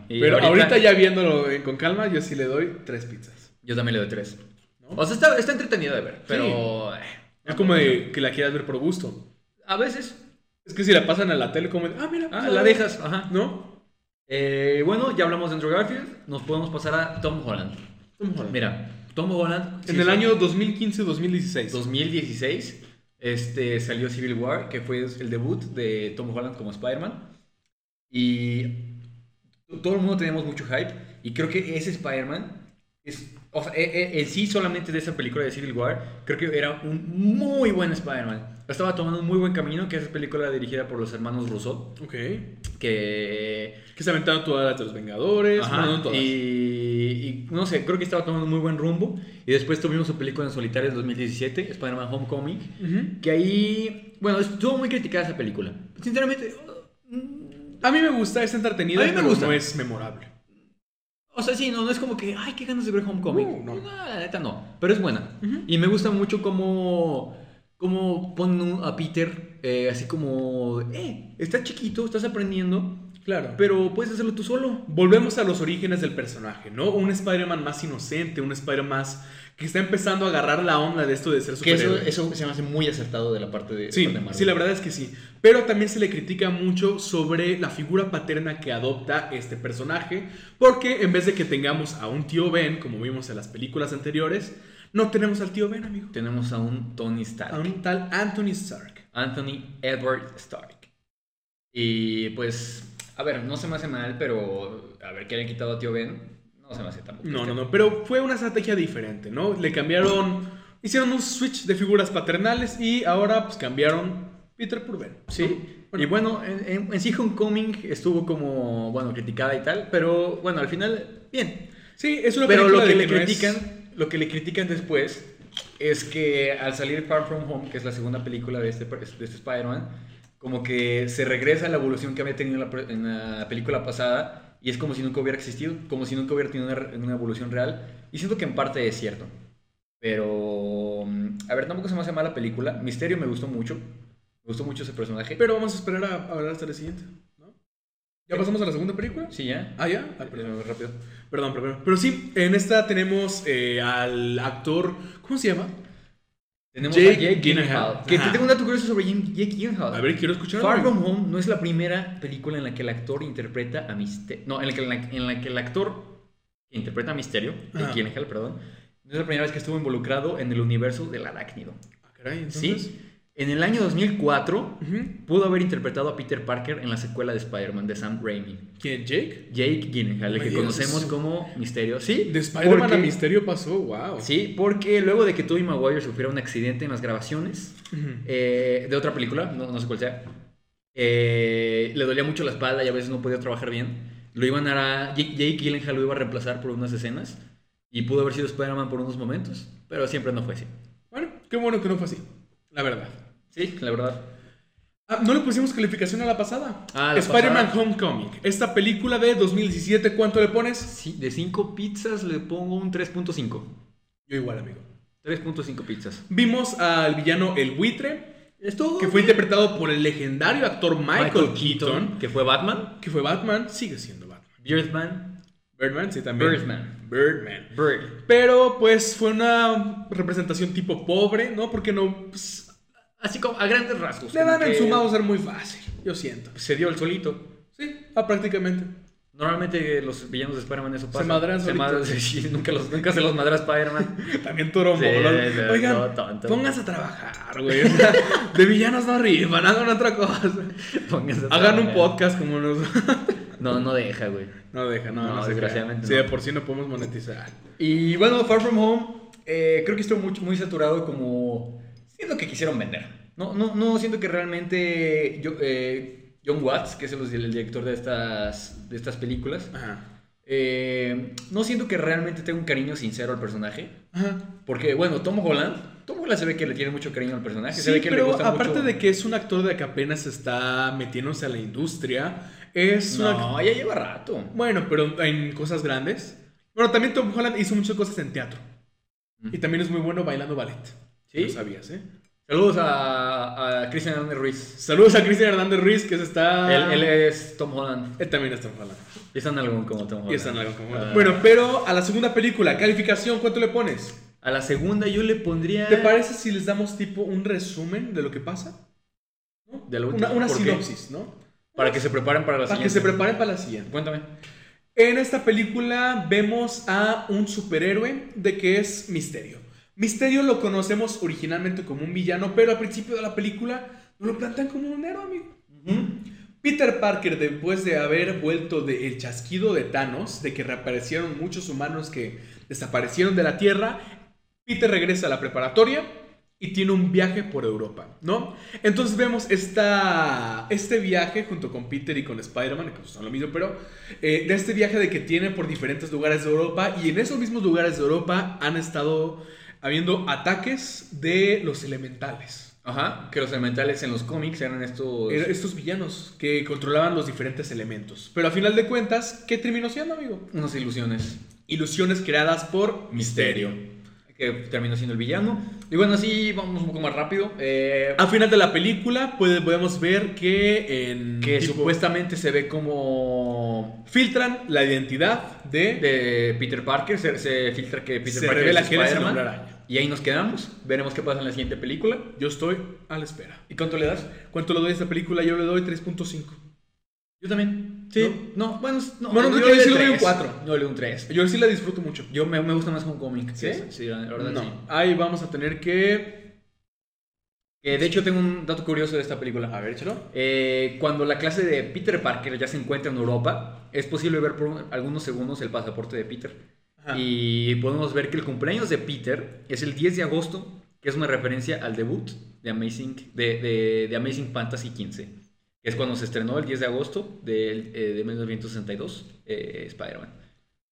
Y Pero ahorita, ya viéndolo eh, con calma, yo sí le doy 3 pizzas. Yo también le doy tres. ¿No? O sea, está, está entretenido de ver, pero... eh, Es como de que la quieras ver por gusto. A veces. Es que si la pasan a la tele, como de, ah, mira, Ah, pues, la dejas, ajá. ¿No? Eh, bueno, ya hablamos de Andrew Garfield, nos podemos pasar a Tom Holland. Tom Holland. Mira, Tom Holland... en sí, el sí. año 2015-2016. 2016 este, salió Civil War, que fue el debut de Tom Holland como Spider-Man. Y todo el mundo tenemos mucho hype. Y creo que ese Spider-Man, es, o sea, e- e- en sí solamente de esa película de Civil War, creo que era un muy buen Spider-Man. Estaba tomando un muy buen camino, que es esa película dirigida por los hermanos Russo, Ok. que Que se aventaron todas las de los Vengadores. Ajá, bueno, no todas. Y, y no sé, creo que estaba tomando muy buen rumbo. Y después tuvimos su película en solitario en 2017, Spider-Man Homecoming. Ujú. Que ahí, bueno, estuvo muy criticada esa película. Sinceramente, A mí me gusta, es entretenida, A mí me pero gusta. no es memorable. o sea, sí, no, no es como que, ay, qué ganas de ver Homecoming. No, No, no. la neta no, pero es buena. Ujú. Y me gusta mucho cómo, cómo ponen a Peter eh, así como, eh, estás chiquito, estás aprendiendo, Claro. pero puedes hacerlo tú solo. Volvemos a los orígenes del personaje, ¿no? Un Spider-Man más inocente, un Spider-Man más que está empezando a agarrar la onda de esto de ser Que eso, superhéroe. eso se me hace muy acertado de la parte de, Sí, parte de Marvel. sí, la verdad es que sí. Pero también se le critica mucho sobre la figura paterna que adopta este personaje, porque en vez de que tengamos a un tío Ben, como vimos en las películas anteriores, no tenemos al tío Ben, amigo. Tenemos a un Tony Stark. A un tal Anthony Stark. Anthony Edward Stark. Y pues, a ver, no se me hace mal, pero a ver, que hayan quitado a tío Ben, no se me hace tan No, no, no, pero fue una estrategia diferente, ¿no? Le cambiaron, hicieron un switch de figuras paternales y ahora pues cambiaron Peter por Ben. Sí. Bueno. y bueno, en, en- en sí Homecoming estuvo como, bueno, criticada y tal, pero bueno, al final, bien. Sí, es una Pero lo película que de le no es- critican, lo que le critican después es que al salir Far From Home, que es la segunda película de este, de este Spider-Man, como que se regresa a la evolución que había tenido en la, pre- en la película pasada y es como si nunca hubiera existido, como si nunca hubiera tenido una, re- una evolución real. Y siento que en parte es cierto. Pero, mm, a ver, tampoco se me hace mala película. Misterio me gustó mucho. Me gustó mucho ese personaje. Pero vamos a esperar a, a hablar hasta la siguiente, ¿no? Eh, ¿Ya pasamos a la segunda película? sí, ya. Ah, ya. Ah, perdón. Pero rápido. Perdón, perdón. Pero sí, en esta tenemos eh, al actor. ¿Cómo se llama? Tenemos Jake a Jake Gyllenhaal. Gyllenhaal. Que te Ajá. tengo un dato curioso sobre Jim- Jake Gyllenhaal. A ver, quiero escuchar. Far From Home no es la primera película en la que el actor interpreta a Misterio. No, en la que, en la- en la que el actor que interpreta a Misterio, de Ajá. Gyllenhaal, perdón, no es la primera vez que estuvo involucrado en el universo del arácnido. Ah, caray, entonces. ¿Sí? En el año 2004 Ujú. pudo haber interpretado a Peter Parker en la secuela de Spider-Man de Sam Raimi. ¿Quién? ¿Jake? Jake Gyllenhaal, el Ay, que Dios. conocemos como Misterio. Sí, De Spider-Man a porque- Misterio pasó, wow. Sí, porque luego de que Tobey Maguire sufriera un accidente en las grabaciones, Ujú. eh, de otra película, no, no sé cuál sea. Eh, le dolía mucho la espalda y a veces no podía trabajar bien. Lo iban a. Jake, Jake Gyllenhaal lo iba a reemplazar por unas escenas y pudo haber sido Spider-Man por unos momentos, pero siempre no fue así. Bueno, qué bueno que no fue así. La verdad. Sí, la verdad. Ah, no le pusimos calificación a la pasada. Ah, la Spider-Man pasada. Homecoming. Esta película de 2017, ¿cuánto le pones? Sí, de 5 pizzas le pongo un 3.5. Yo igual, amigo. 3.5 pizzas. Vimos al villano El Buitre, Esto que fue interpretado por el legendario actor Michael, Keaton, que fue Batman, que fue Batman, sigue siendo Batman. Birdman, Birdman, sí, también. Birdman, Birdman. Bird. Pero pues fue una representación tipo pobre, ¿no? Porque no. pues, Así como a grandes rasgos. le dan Pues, como en que su Mauser muy fácil, yo siento. Se dio el solito. Sí, ah, prácticamente. <laughs> Normalmente los villanos de Spider-man eso pasa. madran se solitos. madran, <laughs> sí, nunca, los, nunca se los <laughs> madra Spider-Man. También Toro Sí, Molo. no, Oigan, no, tonto. pónganse a trabajar, güey. O sea, de villanos no rifan, hagan otra cosa. Pónganse a Hagan un trabajar. podcast como nos. No, no deja, güey. <laughs> No deja, no, no, No, se desgraciadamente crea. Sí, no. de por sí no podemos monetizar. Y bueno, Far From Home, eh, creo que estuvo muy, muy saturado como... Es lo que quisieron vender. No, no, no siento que realmente yo- eh, John Watts, que es el, el director de estas, de estas películas, Ajá. eh, no siento que realmente tenga un cariño sincero al personaje. Ajá. Porque, bueno, Tom Holland, Tom Holland se ve que le tiene mucho cariño al personaje. se Sí, ve que le pero gusta aparte mucho- de que es un actor de que apenas está metiéndose a la industria, es un actor... No, ya lleva rato. Bueno, pero en cosas grandes. Bueno, también Tom Holland hizo muchas cosas en teatro. Mm. Y también es muy bueno bailando ballet. ¿Sí? No sabías, ¿eh? Saludos a, a Cristian Hernández Ruiz. Saludos a Cristian Hernández Ruiz, que se está. Él, él es Tom Holland. Él también es Tom Holland. Y es algún como Tom Holland. Y es Tom Holland como- Ah. Bueno, pero a la segunda película, calificación, ¿cuánto le pones? A la segunda yo le pondría. Eh. ¿Te parece si les damos tipo un resumen de lo que pasa? ¿No? De la última, una una ¿por qué? sinopsis, ¿no? Para que se preparen para la Para que siguiente. se preparen para la siguiente. Cuéntame. En esta película vemos a un superhéroe de que es Misterio. Misterio lo conocemos originalmente como un villano, pero al principio de la película no lo plantean como un héroe, amigo. ¿Mm? Peter Parker, después de haber vuelto del chasquido de Thanos, de que reaparecieron muchos humanos que desaparecieron de la Tierra, Peter regresa a la preparatoria y tiene un viaje por Europa, ¿no? Entonces vemos esta, este viaje junto con Peter y con Spider-Man, que pues son lo mismo, pero eh, de este viaje de que tiene por diferentes lugares de Europa y en esos mismos lugares de Europa han estado habiendo ataques de los elementales. Ajá, que los elementales en los cómics eran estos. Era estos villanos que controlaban los diferentes elementos. Pero a final de cuentas, ¿qué terminó siendo, amigo? unas ilusiones. Ilusiones creadas por Misterio. Que terminó siendo el villano. Y bueno, así vamos un poco más rápido. Eh, Al final de la película puede- podemos ver que en que tipo, supuestamente se ve como. filtran la identidad de, De Peter Parker. Se, se filtra que Peter se Parker revela es que él es el Spider-Man. hombre araña. Y ahí nos quedamos. Veremos qué pasa en la siguiente película. Yo estoy a la espera. ¿Y cuánto le das? ¿Cuánto le doy a esta película? Yo le doy 3.5. Yo también. Sí. No, no, bueno, s- no, Bueno, yo creo que le sí le doy doy un un cuatro. 4. Yo le doy un 3. Yo sí la disfruto mucho. Yo me, me gusta más como cómic. ¿Sí? Sí, sí, la verdad no, sí. ahí vamos a tener que... Eh, de hecho, tengo un dato curioso de esta película. A ver, échalo. Eh, cuando la clase de Peter Parker ya se encuentra en Europa, es posible ver por un- algunos segundos el pasaporte de Peter. Ajá. Y podemos ver que el cumpleaños de Peter es el 10 de agosto, que es una referencia al debut de Amazing, de, de- de Amazing Fantasy 15, que es cuando se estrenó el 10 de agosto del, eh, de 1962 eh, Spider-Man.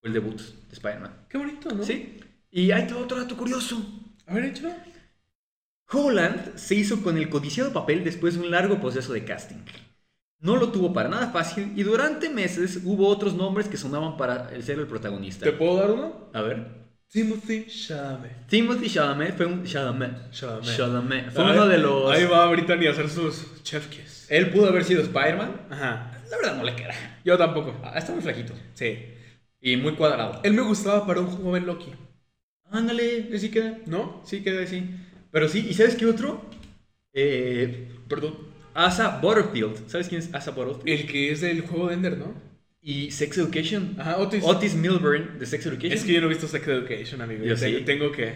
Fue el debut de Spider-Man. Qué bonito, ¿no? Sí. Y hay otro dato curioso. A ver, échalo. Holland se hizo con el codiciado papel después de un largo proceso de casting. No lo tuvo para nada fácil y durante meses hubo otros nombres que sonaban para el ser el protagonista. ¿Te puedo dar uno? A ver. Timothy Chalamet. Timothy Chalamet fue un Chalamet. Chalamet. Chalamet. Fue Ahí- uno de los. Ahí va Brittany a hacer sus chef kiss. Él pudo haber sido Spider-Man. Eh, Ajá. La verdad no le queda. Yo tampoco. Ah, Está muy flaquito Sí. y muy cuadrado. Él me gustaba para un joven Loki, Ándale, sí queda. ¿no? Sí queda así. Pero sí, ¿y sabes qué otro? Eh, perdón. Asa Butterfield. ¿Sabes quién es Asa Butterfield? El que es del juego de Ender, ¿no? Y Sex Education. Ajá, Otis. Otis Milburn de Sex Education. Es que yo no he visto Sex Education, amigo. Yo Te- sí. Tengo que.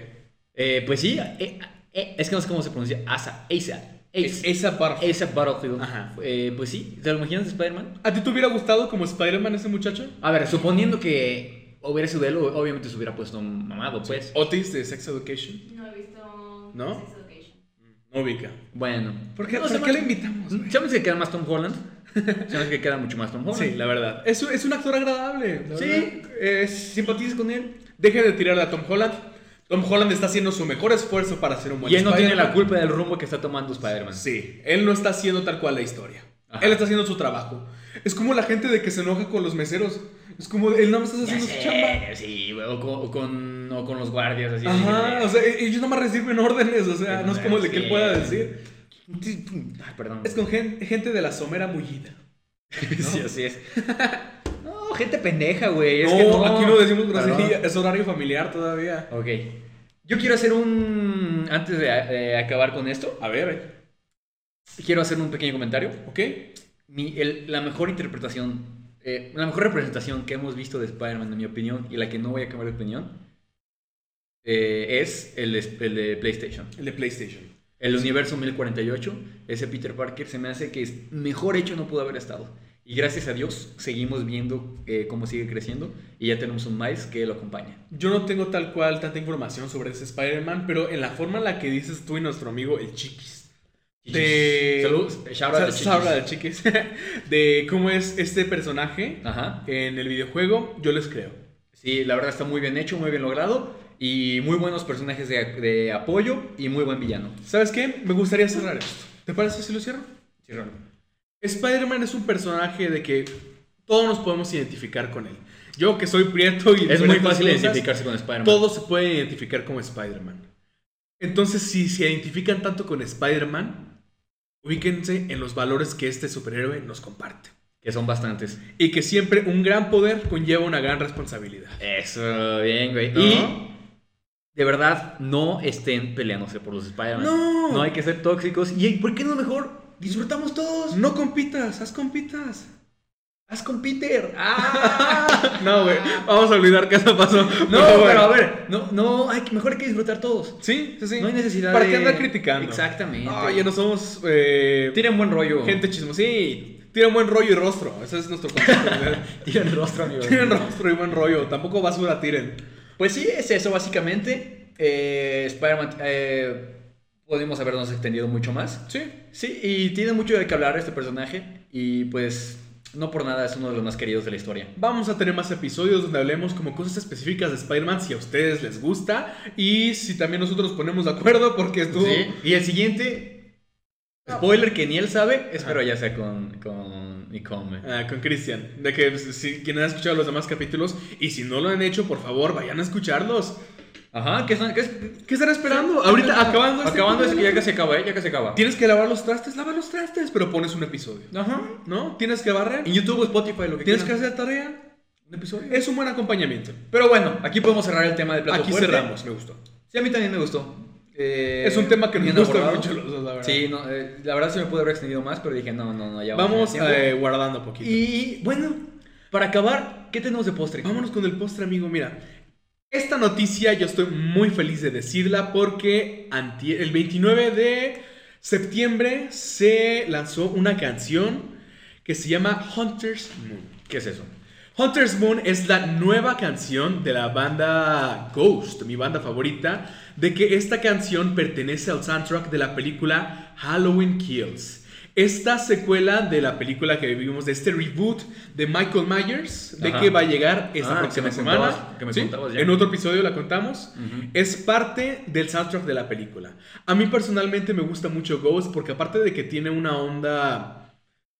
Eh, pues sí, eh, eh, es que no sé cómo se pronuncia. Asa, Asa, Es- Asa, esa parte. Asa Battlefield. Ajá. Eh, pues sí, ¿te lo imaginas de Spider-Man? ¿A ti te hubiera gustado como Spider-Man ese muchacho? A ver, suponiendo que hubiera sido él, obviamente se hubiera puesto mamado, pues. Otis de Sex Education. No he visto ¿No? Sex Education. No ubica. Bueno. ¿Por qué, No, por se qué me- le invitamos? güey? ¿Sabes que queda más Tom Holland? ¿Sabes que queda mucho más Tom Holland? Sí, la verdad. Es, un- es un actor agradable. la verdad. Sí, eh, simpatizas con él. Dejen de tirarle a Tom Holland. Tom Holland está haciendo su mejor esfuerzo para ser un buen y él no tiene Spider-Man. la culpa del rumbo que está tomando Spider-Man. Sí, él no está haciendo tal cual la historia. Ajá. Él está haciendo su trabajo. Es como la gente de que se enoja con los meseros. Es como, él nada más está Ya haciendo su sé, chamba. sí, o con, o con, o con los guardias, así. así Ajá, de- o sea, e- ellos nada más reciben órdenes, o sea, Sí, no es como el de que él sí. pueda decir. Ay, perdón. Es con gen- gente de la somera mullida. <laughs> Sí, así es. No, gente pendeja, güey. Es no, que aquí no decimos grosería, Perdón. es horario familiar todavía. Ok. Yo quiero hacer un. Antes de eh, acabar con esto, A ver, eh, quiero hacer un pequeño comentario. ¿ok? Mi- el- la mejor interpretación, eh, la mejor representación que hemos visto de Spider-Man, en mi opinión, y la que no voy a cambiar de opinión, eh, es el, de- el de PlayStation. El de PlayStation. El universo 1048, ese Peter Parker se me hace que es mejor hecho no pudo haber estado. Y gracias a Dios seguimos viendo eh, cómo sigue creciendo y ya tenemos un Miles que lo acompaña. Yo no tengo tal cual tanta información sobre ese Spider-Man, pero en la forma en la que dices tú y nuestro amigo el Chiquis. De... Saludos, eh, shout out Sa- al Chiquis. shout out al Chiquis. <laughs> De cómo es este personaje Ajá. en el videojuego, yo les creo. Sí, la verdad está muy bien hecho, muy bien logrado y muy buenos personajes de, de apoyo y muy buen villano. ¿Sabes qué? Me gustaría cerrar esto. ¿Te parece si lo cierro? Spider-Man es un personaje de que todos nos podemos identificar con él. Yo que soy prieto y Es muy diferentes fácil cosas, identificarse con Spider-Man. Todos se pueden identificar como Spider-Man. Entonces, si se identifican tanto con Spider-Man, ubíquense en los valores que este superhéroe nos comparte. Que son bastantes. Y que siempre un gran poder conlleva una gran responsabilidad. Eso, bien, güey. ¿No? Y de verdad, no estén peleándose por los Spider-Man. No. No hay que ser tóxicos. ¿Y por qué no mejor disfrutamos todos? No compitas, haz compitas. Haz con Peter. ¡Ah! No, güey, vamos a olvidar que eso pasó. <laughs> No, Por favor. pero a ver, no, no, hay que- mejor hay que disfrutar todos. Sí, sí, sí. No hay necesidad ¿Para de... qué andar criticando? Exactamente. No, ya no somos eh, Tienen buen rollo. gente chismosa. Sí, tienen buen rollo y rostro. Ese es nuestro concepto. <laughs> Tienen rostro, amigo. tienen rostro y buen rollo. Tampoco basura tiren. <laughs> Pues sí, es eso básicamente. Eh, Spider-Man, eh, podemos habernos extendido mucho más. Sí. Sí, y tiene mucho de qué hablar este personaje. Y pues, no por nada es uno de los más queridos de la historia. Vamos a tener más episodios donde hablemos como cosas específicas de Spider-Man si a ustedes les gusta y si también nosotros nos ponemos de acuerdo porque estuvo... Sí. Y el siguiente, spoiler que ni él sabe, espero ya sea con, con Nicome. Ah, con Cristian, de que pues, si quienes han escuchado los demás capítulos y si no lo han hecho, por favor, vayan a escucharlos. Ajá, ¿qué, son- qué es- ¿Qué están esperando? Ahorita acabando este Acabando eso, que ya programa. casi acaba, ¿eh? Ya casi acaba. Tienes que lavar los trastes, lava los trastes, pero pones un episodio. Ajá. ¿No? Tienes que barrer. En YouTube, Spotify, lo que Tienes quieras. que hacer tarea. un episodio. Es un buen acompañamiento. Pero bueno, aquí podemos cerrar el tema de plato Aquí fuerte. cerramos, me gustó. Sí, a mí también me gustó. Eh, es un tema que nos bien gusta abordado. mucho los dos, la verdad. Sí, no, eh, la verdad se me puede haber extendido más, pero dije, no, no, no, ya Vamos a tener tiempo. eh, guardando poquito. Y bueno, para acabar, ¿qué tenemos de postre? Vámonos con el postre, amigo. Mira, esta noticia yo estoy muy feliz de decirla porque antier- el 29 de septiembre se lanzó una canción que se llama Hunter's Moon. ¿Qué es eso? Hunter's Moon es la nueva canción de la banda Ghost, mi banda favorita, de que esta canción pertenece al soundtrack de la película Halloween Kills. Esta secuela de la película que vivimos, de este reboot de Michael Myers, de Ajá. que va a llegar esta Ah, próxima que me semana. contabas- que me Sí, contabas ya. En otro episodio la contamos. Es parte del soundtrack de la película. A mí personalmente me gusta mucho Ghost porque aparte de que tiene una onda...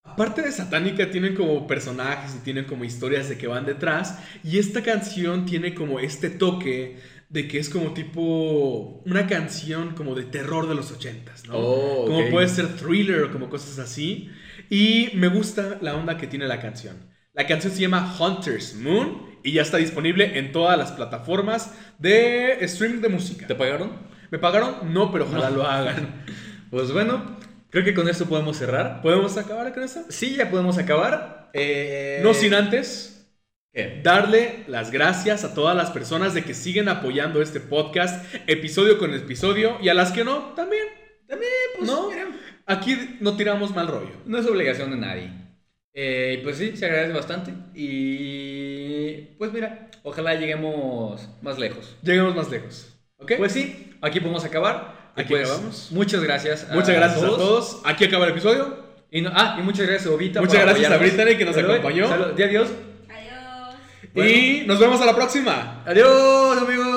Aparte de satánica, tienen como personajes y tienen como historias de que van detrás. Y esta canción tiene como este toque de que es como tipo una canción como de terror de los ochentas, ¿no? Oh, Como ok. puede ser thriller o como cosas así. Y me gusta la onda que tiene la canción. La canción se llama Hunter's Moon y ya está disponible en todas las plataformas de streaming de música. ¿Te pagaron? ¿Me pagaron? No, pero ojalá lo hagan. Pues bueno, creo que con esto podemos cerrar. ¿Podemos acabar con eso? Sí, ya podemos acabar. Eh, No sin antes ¿Qué? darle las gracias a todas las personas de que siguen apoyando este podcast episodio con episodio y a las que no, también. pues, ¿No? mira, Aquí no tiramos mal rollo. no es obligación de nadie. Eh, pues sí, se agradece bastante. Y pues mira, ojalá lleguemos más lejos. Lleguemos más lejos. ¿Ok? Pues sí, aquí podemos acabar. Y Aquí pues, acabamos. Muchas gracias. a Muchas gracias a todos. Aquí acaba el episodio. Y no- ah, y muchas gracias a Obita. Muchas por gracias a apoyarnos. Brittany que nos Pero, acompañó. salud- y adiós. Adiós. Y nos vemos a la próxima. Adiós, amigos.